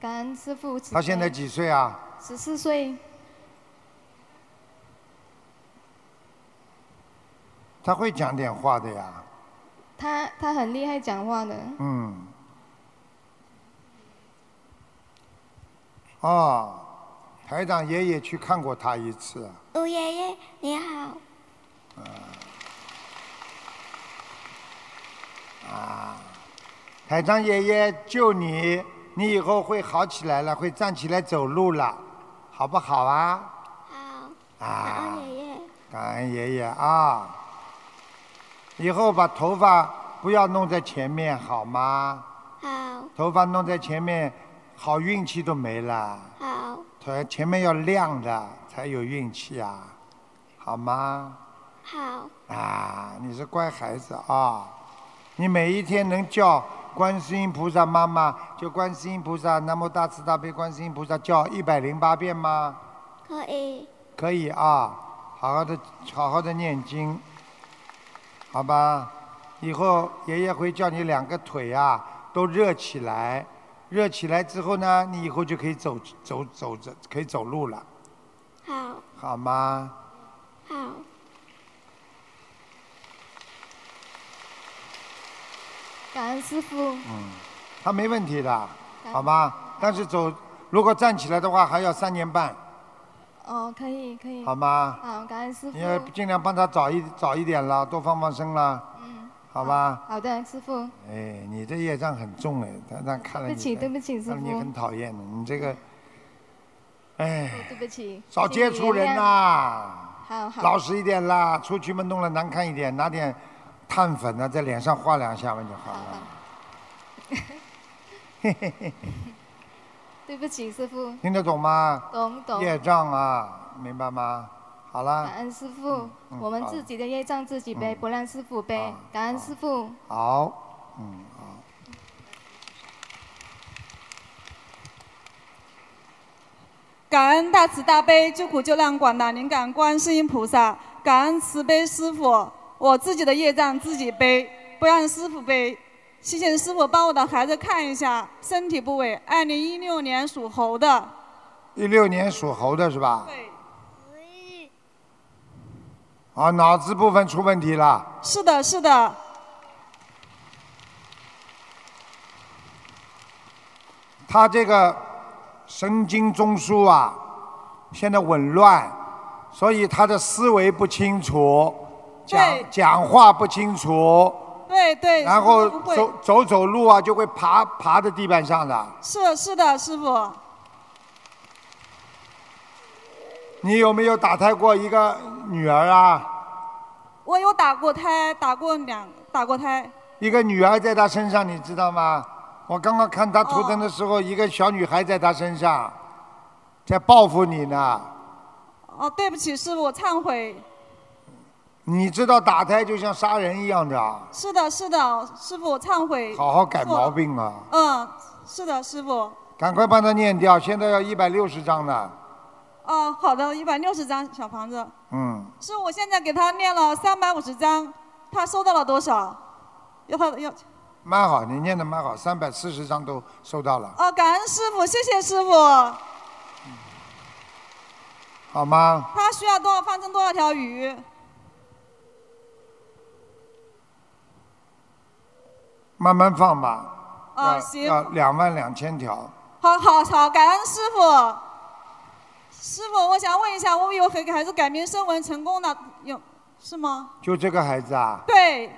N: 感恩师傅。
B: 他现在？几岁啊？
N: 十四岁，
B: 他会讲点话的呀。
N: 他他很厉害讲话的，
B: 嗯。哦，台长爷爷去看过他一次，
O: 吴爷爷你好，
B: 啊，台长爷爷救你，你以后会好起来了，会站起来走路了，好不好啊？
O: 好，感
B: 啊，
O: 恩爷爷，
B: 感恩爷爷啊！以后把头发不要弄在前面好吗？
O: 好，
B: 头发弄在前面，好运气都没了。
O: 好，
B: 头前面要亮的才有运气啊，好吗？
O: 好，
B: 啊，你是乖孩子啊！你每一天能叫观世音菩萨妈妈，就观世音菩萨南无大慈大悲观世音菩萨叫一百零八遍吗？
O: 可以，
B: 可以啊，好好的好好的念经，好吧？以后爷爷会叫你两个腿啊都热起来，热起来之后呢，你以后就可以走走走着可以走路了，
O: 好，
B: 好吗？
O: 好，
N: 感恩师傅，
B: 嗯，他没问题的，好吧？但是走，如果站起来的话，还要三年半，
N: 哦，可以可以。
B: 好吗
N: 好，感恩师
B: 你要
N: 傅。
B: 尽量帮他早一早一点啦，多放放生啦，
N: 嗯，
B: 好吧？
N: 好的，师哦傅，
B: 哎，你这业障很重哎，他他看
N: 对
B: 了你
N: 不起
B: 的
N: 对不起师
B: 看了你
N: 傅
B: 很讨厌的，你这个，哎，
N: 对不起。
B: 少
N: 请
B: 接
N: 你
B: 触
N: 原
B: 人
N: 谅
B: 啦、。
N: 好好。
B: 老实一点啦，出去嘛弄了难看一点，拿点碳粉啊呢、在脸上画两下嘛就好了。嘿嘿嘿，
N: 对不起，师傅。
B: 听得懂吗？
N: 懂懂。
B: 业障啊，明白吗？好了
N: 感，恩师傅，
B: 嗯
N: 我们
B: 好嗯
N: 自己的业障自己背，不让师傅背。感恩师傅。
B: 好，嗯，好。
P: 感恩大慈大悲救苦救难广大灵感观世音菩萨，感恩慈悲师傅，我自己的业障自己背，不让师傅背。谢谢师傅帮我的孩子看一下身体部位。二零一六年属猴的，
B: 一六年属猴的是吧？
P: 对。
B: 啊，脑子部分出问题了，
P: 是的，是的，
B: 他这个神经中枢啊，现在紊乱，所以他的思维不清楚，讲
P: 对
B: 讲话不清楚，
P: 对对。
B: 然
P: 师
B: 后
P: 傅会
B: 走走走路啊，就会爬爬在地板上的。
P: 是是的，师傅，
B: 你有没有打胎过一个女儿啊？
P: 我有打过胎，打过两打过胎。
B: 一个女儿在她身上，你知道吗？我刚刚看她图腾的
P: 哦
B: 时候，一个小女孩在她身上，在报复你呢。
P: 哦，对不起，师傅，我忏悔。
B: 你知道打胎就像杀人一样的啊，
P: 是的，是的，师傅，我忏悔。
B: 好好改
P: 错了
B: 毛。病啊！
P: 嗯，是的，师傅。
B: 赶快帮她念掉，现在要一百六十张呢。
P: 哦，好的，一百六十张小房子，
B: 嗯，
P: 是我现在给他念了三百五十张，他收到了多少？要不要？
B: 蛮好，你念的蛮好，三百四十张都收到了，
P: 哦，感恩师傅，谢谢师傅。
B: 好吗？
P: 他需要多少放生多少条鱼？
B: 慢慢放吧。
P: 啊、
B: 要
P: 行，
B: 要两万两千条。
P: 好好好，感恩师傅。师傅，我想问一下，我有给孩子改名声纹成功了，有是吗？
B: 就这个孩子啊，
P: 对，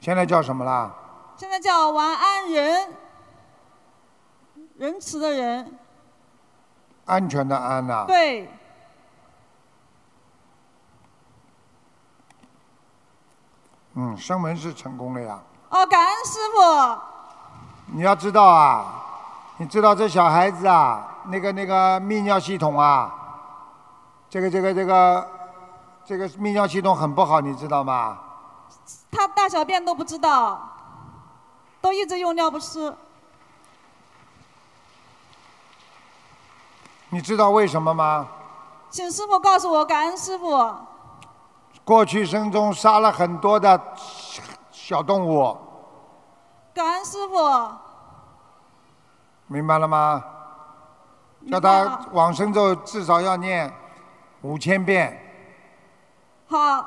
B: 现在叫什么啦？
P: 现在叫王安仁，仁慈的仁，
B: 安全的安呐、啊
P: 对。
B: 嗯，声纹是成功了呀。
P: 哦，感恩师傅。
B: 你要知道啊，你知道这小孩子啊，那个那个泌尿系统啊，这个这个这个这个泌尿系统很不好，你知道吗？
P: 他大小便都不知道，都一直用尿不湿。
B: 你知道为什么吗？
P: 请师傅告诉我，感恩师傅。
B: 过去生中杀了很多的小动物，
P: 感恩师傅，
B: 明白了吗？叫
P: 明白
B: 他
P: 了
B: 往生咒至少要念五千遍，
P: 好，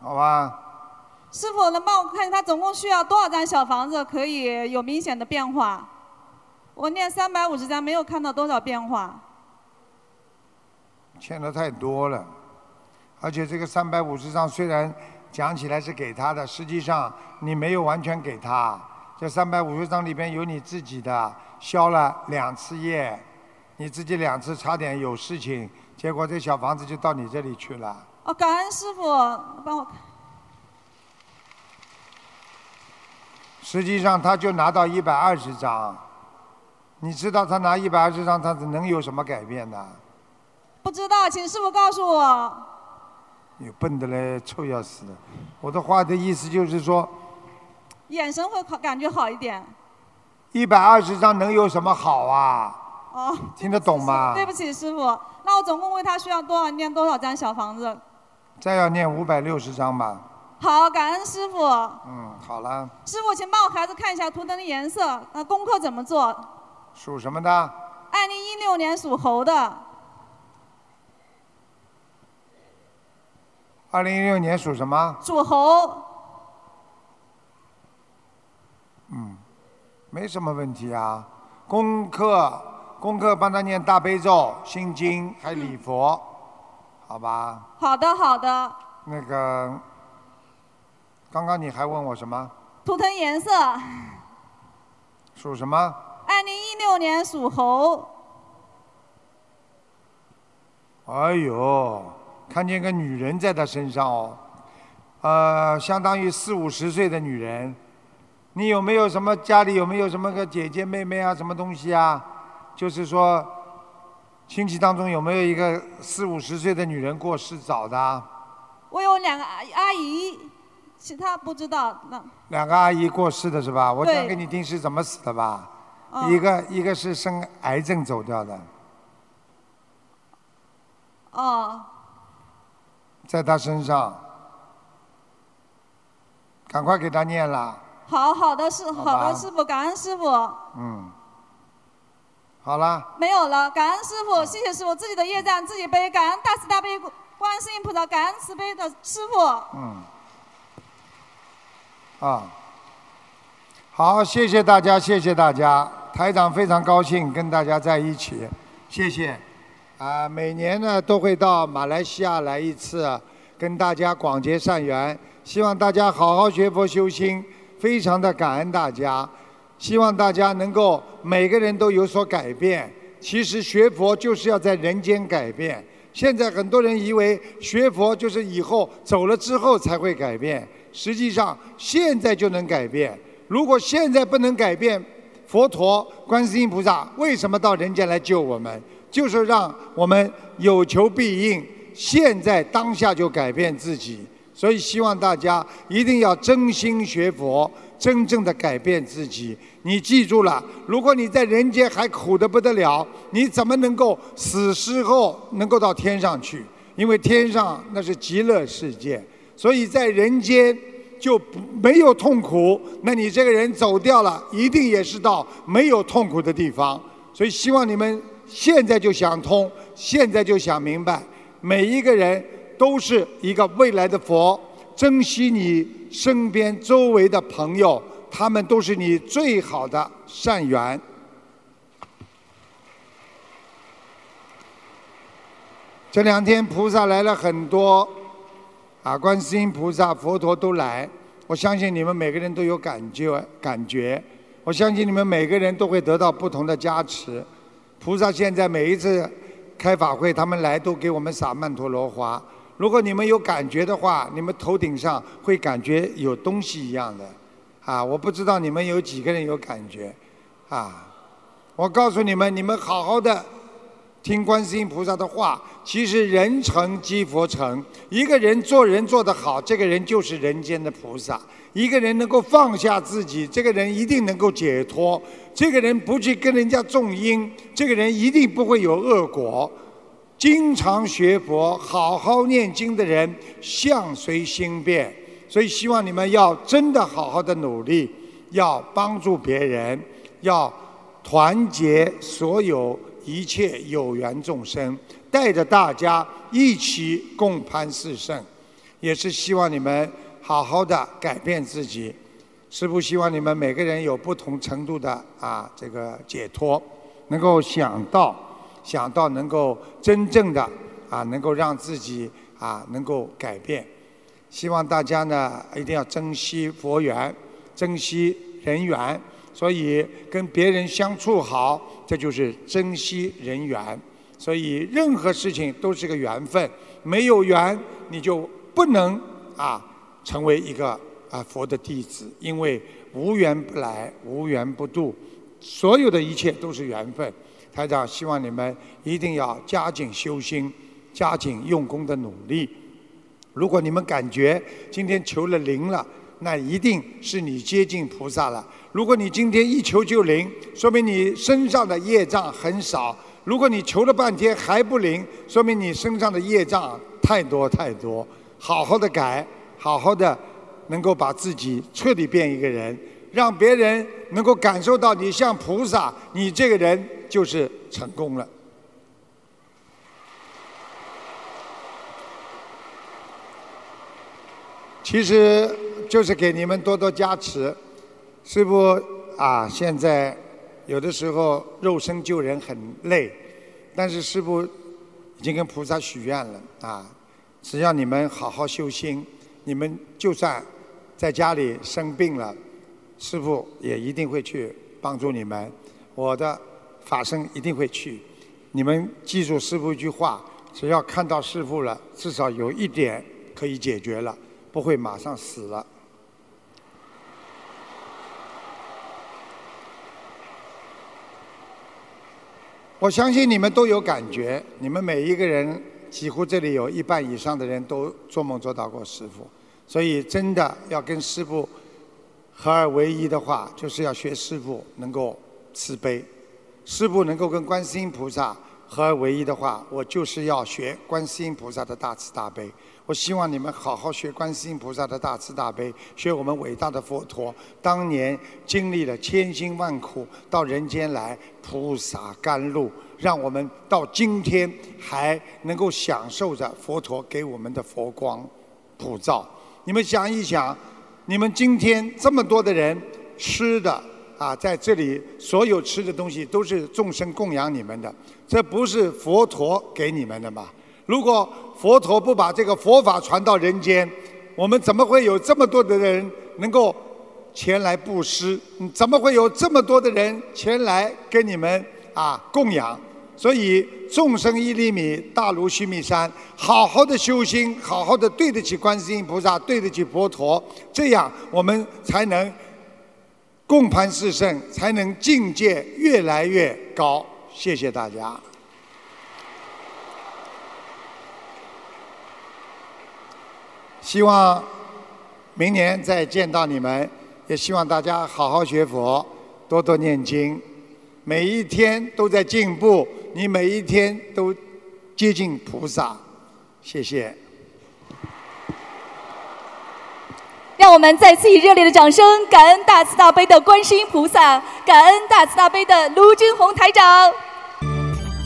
B: 好吧？
P: 师傅能帮我看一下他总共需要多少张小房子可以有明显的变化？我念三百五十张，没有看到多少变化。
B: 欠的太多了，而且这个三百五十张虽然讲起来是给他的，实际上你没有完全给他。这三百五十张里边有你自己的，消了两次业，你自己两次差点有事情，结果这小房子就到你这里去了。
P: 哦，感恩师傅，帮我看。
B: 实际上他就拿到一百二十张，你知道他拿一百二十张，他能有什么改变呢？
P: 不知道，请师傅告诉我。
B: 你笨的嘞，臭要死的！我的话的意思就是说，
P: 眼神会好，感觉好一点。
B: 一百二十张能有什么好啊？
P: 哦，
B: 听得懂吗？
P: 对不起，师傅，那我总共为他需要多少念多少张小房子？
B: 再要念五百六十张吧。
P: 好，感恩师傅。
B: 嗯，好了，
P: 师傅，请帮我孩子看一下图腾的颜色，呃，功课怎么做？
B: 属什么的？
P: 二零一六年属猴的，
B: 二零一六年属什么？
P: 属猴，
B: 嗯，没什么问题啊。功课，功课帮他念大悲咒、心经，还礼佛，
P: 嗯
B: 好吧？
P: 好的好的，
B: 那个，刚刚你还问我什么？
P: 图腾颜色，
B: 属什么？
P: 二零一六年属猴，
B: 哎呦，看见个女人在他身上哦，呃，相当于四五十岁的女人。你有没有什么家里有没有什么个姐姐妹妹啊，什么东西啊？就是说，亲戚当中有没有一个四五十岁的女人过世早的啊？
P: 我有两个阿阿姨，其他不知道。那
B: 两个阿姨过世的是吧？我讲
P: 对
B: 给你听是怎么死的吧。
P: 嗯
B: 一个一个是生癌症走掉的，
P: 哦，
B: 在他身上，赶快给他念了。
P: 好好的师，
B: 好
P: 好
B: 吧
P: 的师傅，感恩师傅，
B: 嗯，好了，
P: 没有了，感恩师傅，谢谢师傅，自己的业障自己背，感恩大慈大悲观世音菩萨，感恩慈悲的师傅，
B: 嗯，啊，好，谢谢大家，谢谢大家，台长非常高兴跟大家在一起，谢谢。啊，每年呢都会到马来西亚来一次，跟大家广结善缘，希望大家好好学佛修心，非常的感恩大家，希望大家能够每个人都有所改变。其实学佛就是要在人间改变。现在很多人以为学佛就是以后走了之后才会改变，实际上现在就能改变。如果现在不能改变，佛陀、观世音菩萨为什么到人间来救我们？就是让我们有求必应，现在当下就改变自己。所以希望大家一定要真心学佛，真正的改变自己。你记住了，如果你在人间还苦得不得了，你怎么能够死之后能够到天上去？因为天上那是极乐世界，所以在人间就不没有痛苦。那你这个人走掉了，一定也是到没有痛苦的地方。所以希望你们现在就想通，现在就想明白，每一个人都是一个未来的佛，珍惜你身边周围的朋友，他们都是你最好的善缘。这两天菩萨来了很多，啊，观世音菩萨、佛陀都来，我相信你们每个人都有感觉，感觉，我相信你们每个人都会得到不同的加持。菩萨现在每一次开法会，他们来都给我们撒曼陀罗花。如果你们有感觉的话，你们头顶上会感觉有东西一样的，啊，我不知道你们有几个人有感觉，啊，我告诉你们，你们好好的听观世音菩萨的话，其实人成即佛成。一个人做人做得好，这个人就是人间的菩萨。一个人能够放下自己，这个人一定能够解脱。这个人不去跟人家种因，这个人一定不会有恶果。经常学佛、好好念经的人，相随心变。所以希望你们要真的好好的努力，要帮助别人，要团结所有一切有缘众生，带着大家一起共攀四圣，也是希望你们好好的改变自己。师父希望你们每个人有不同程度的啊这个解脱，能够想到想到能够真正的啊能够让自己啊能够改变。希望大家呢一定要珍惜佛缘，珍惜人缘，所以跟别人相处好，这就是珍惜人缘。所以任何事情都是个缘分，没有缘你就不能啊成为一个啊佛的弟子，因为无缘不来，无缘不渡，所有的一切都是缘分。台长希望你们一定要加紧修心，加紧用功的努力。如果你们感觉今天求了灵了，那一定是你接近菩萨了。如果你今天一求就灵，说明你身上的业障很少；如果你求了半天还不灵，说明你身上的业障太多太多。好好的改，好好的能够把自己彻底变一个人，让别人能够感受到你像菩萨，你这个人就是成功了。其实就是给你们多多加持。师傅啊，现在有的时候肉身救人很累，但是师傅已经跟菩萨许愿了啊，只要你们好好修心，你们就算在家里生病了，师傅也一定会去帮助你们。我的法身一定会去。你们记住师傅一句话：只要看到师傅了，至少有一点可以解决了，不会马上死了。我相信你们都有感觉，你们每一个人几乎这里有一半以上的人都做梦做到过师傅，所以真的要跟师傅合二为一的话，就是要学师傅能够慈悲。师傅能够跟观世音菩萨合二为一的话，我就是要学观世音菩萨的大慈大悲。我希望你们好好学观世音菩萨的大慈大悲，学我们伟大的佛陀当年经历了千辛万苦到人间来菩萨甘露，让我们到今天还能够享受着佛陀给我们的佛光普照。你们想一想，你们今天这么多的人吃的啊，在这里所有吃的东西都是众生供养你们的，这不是佛陀给你们的吗？如果佛陀不把这个佛法传到人间，我们怎么会有这么多的人能够前来布施？嗯怎么会有这么多的人前来跟你们啊供养？所以众生一粒米，大如须弥山。好好的修心，好好的对得起观世音菩萨，对得起佛陀，这样我们才能共攀四圣，才能境界越来越高。谢谢大家。希望明年再见到你们，也希望大家好好学佛，多多念经，每一天都在进步，你每一天都接近菩萨。谢谢。
A: 让我们再次以热烈的掌声，感恩大慈大悲的观世音菩萨，感恩大慈大悲的卢军红台长。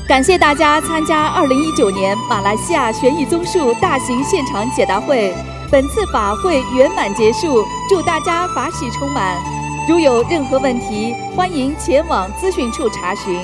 A: 感谢大家参加2019年马来西亚悬疑综述大型现场解答会，本次法会圆满结束，祝大家法喜充满。如有任何问题，欢迎前往资讯处查询。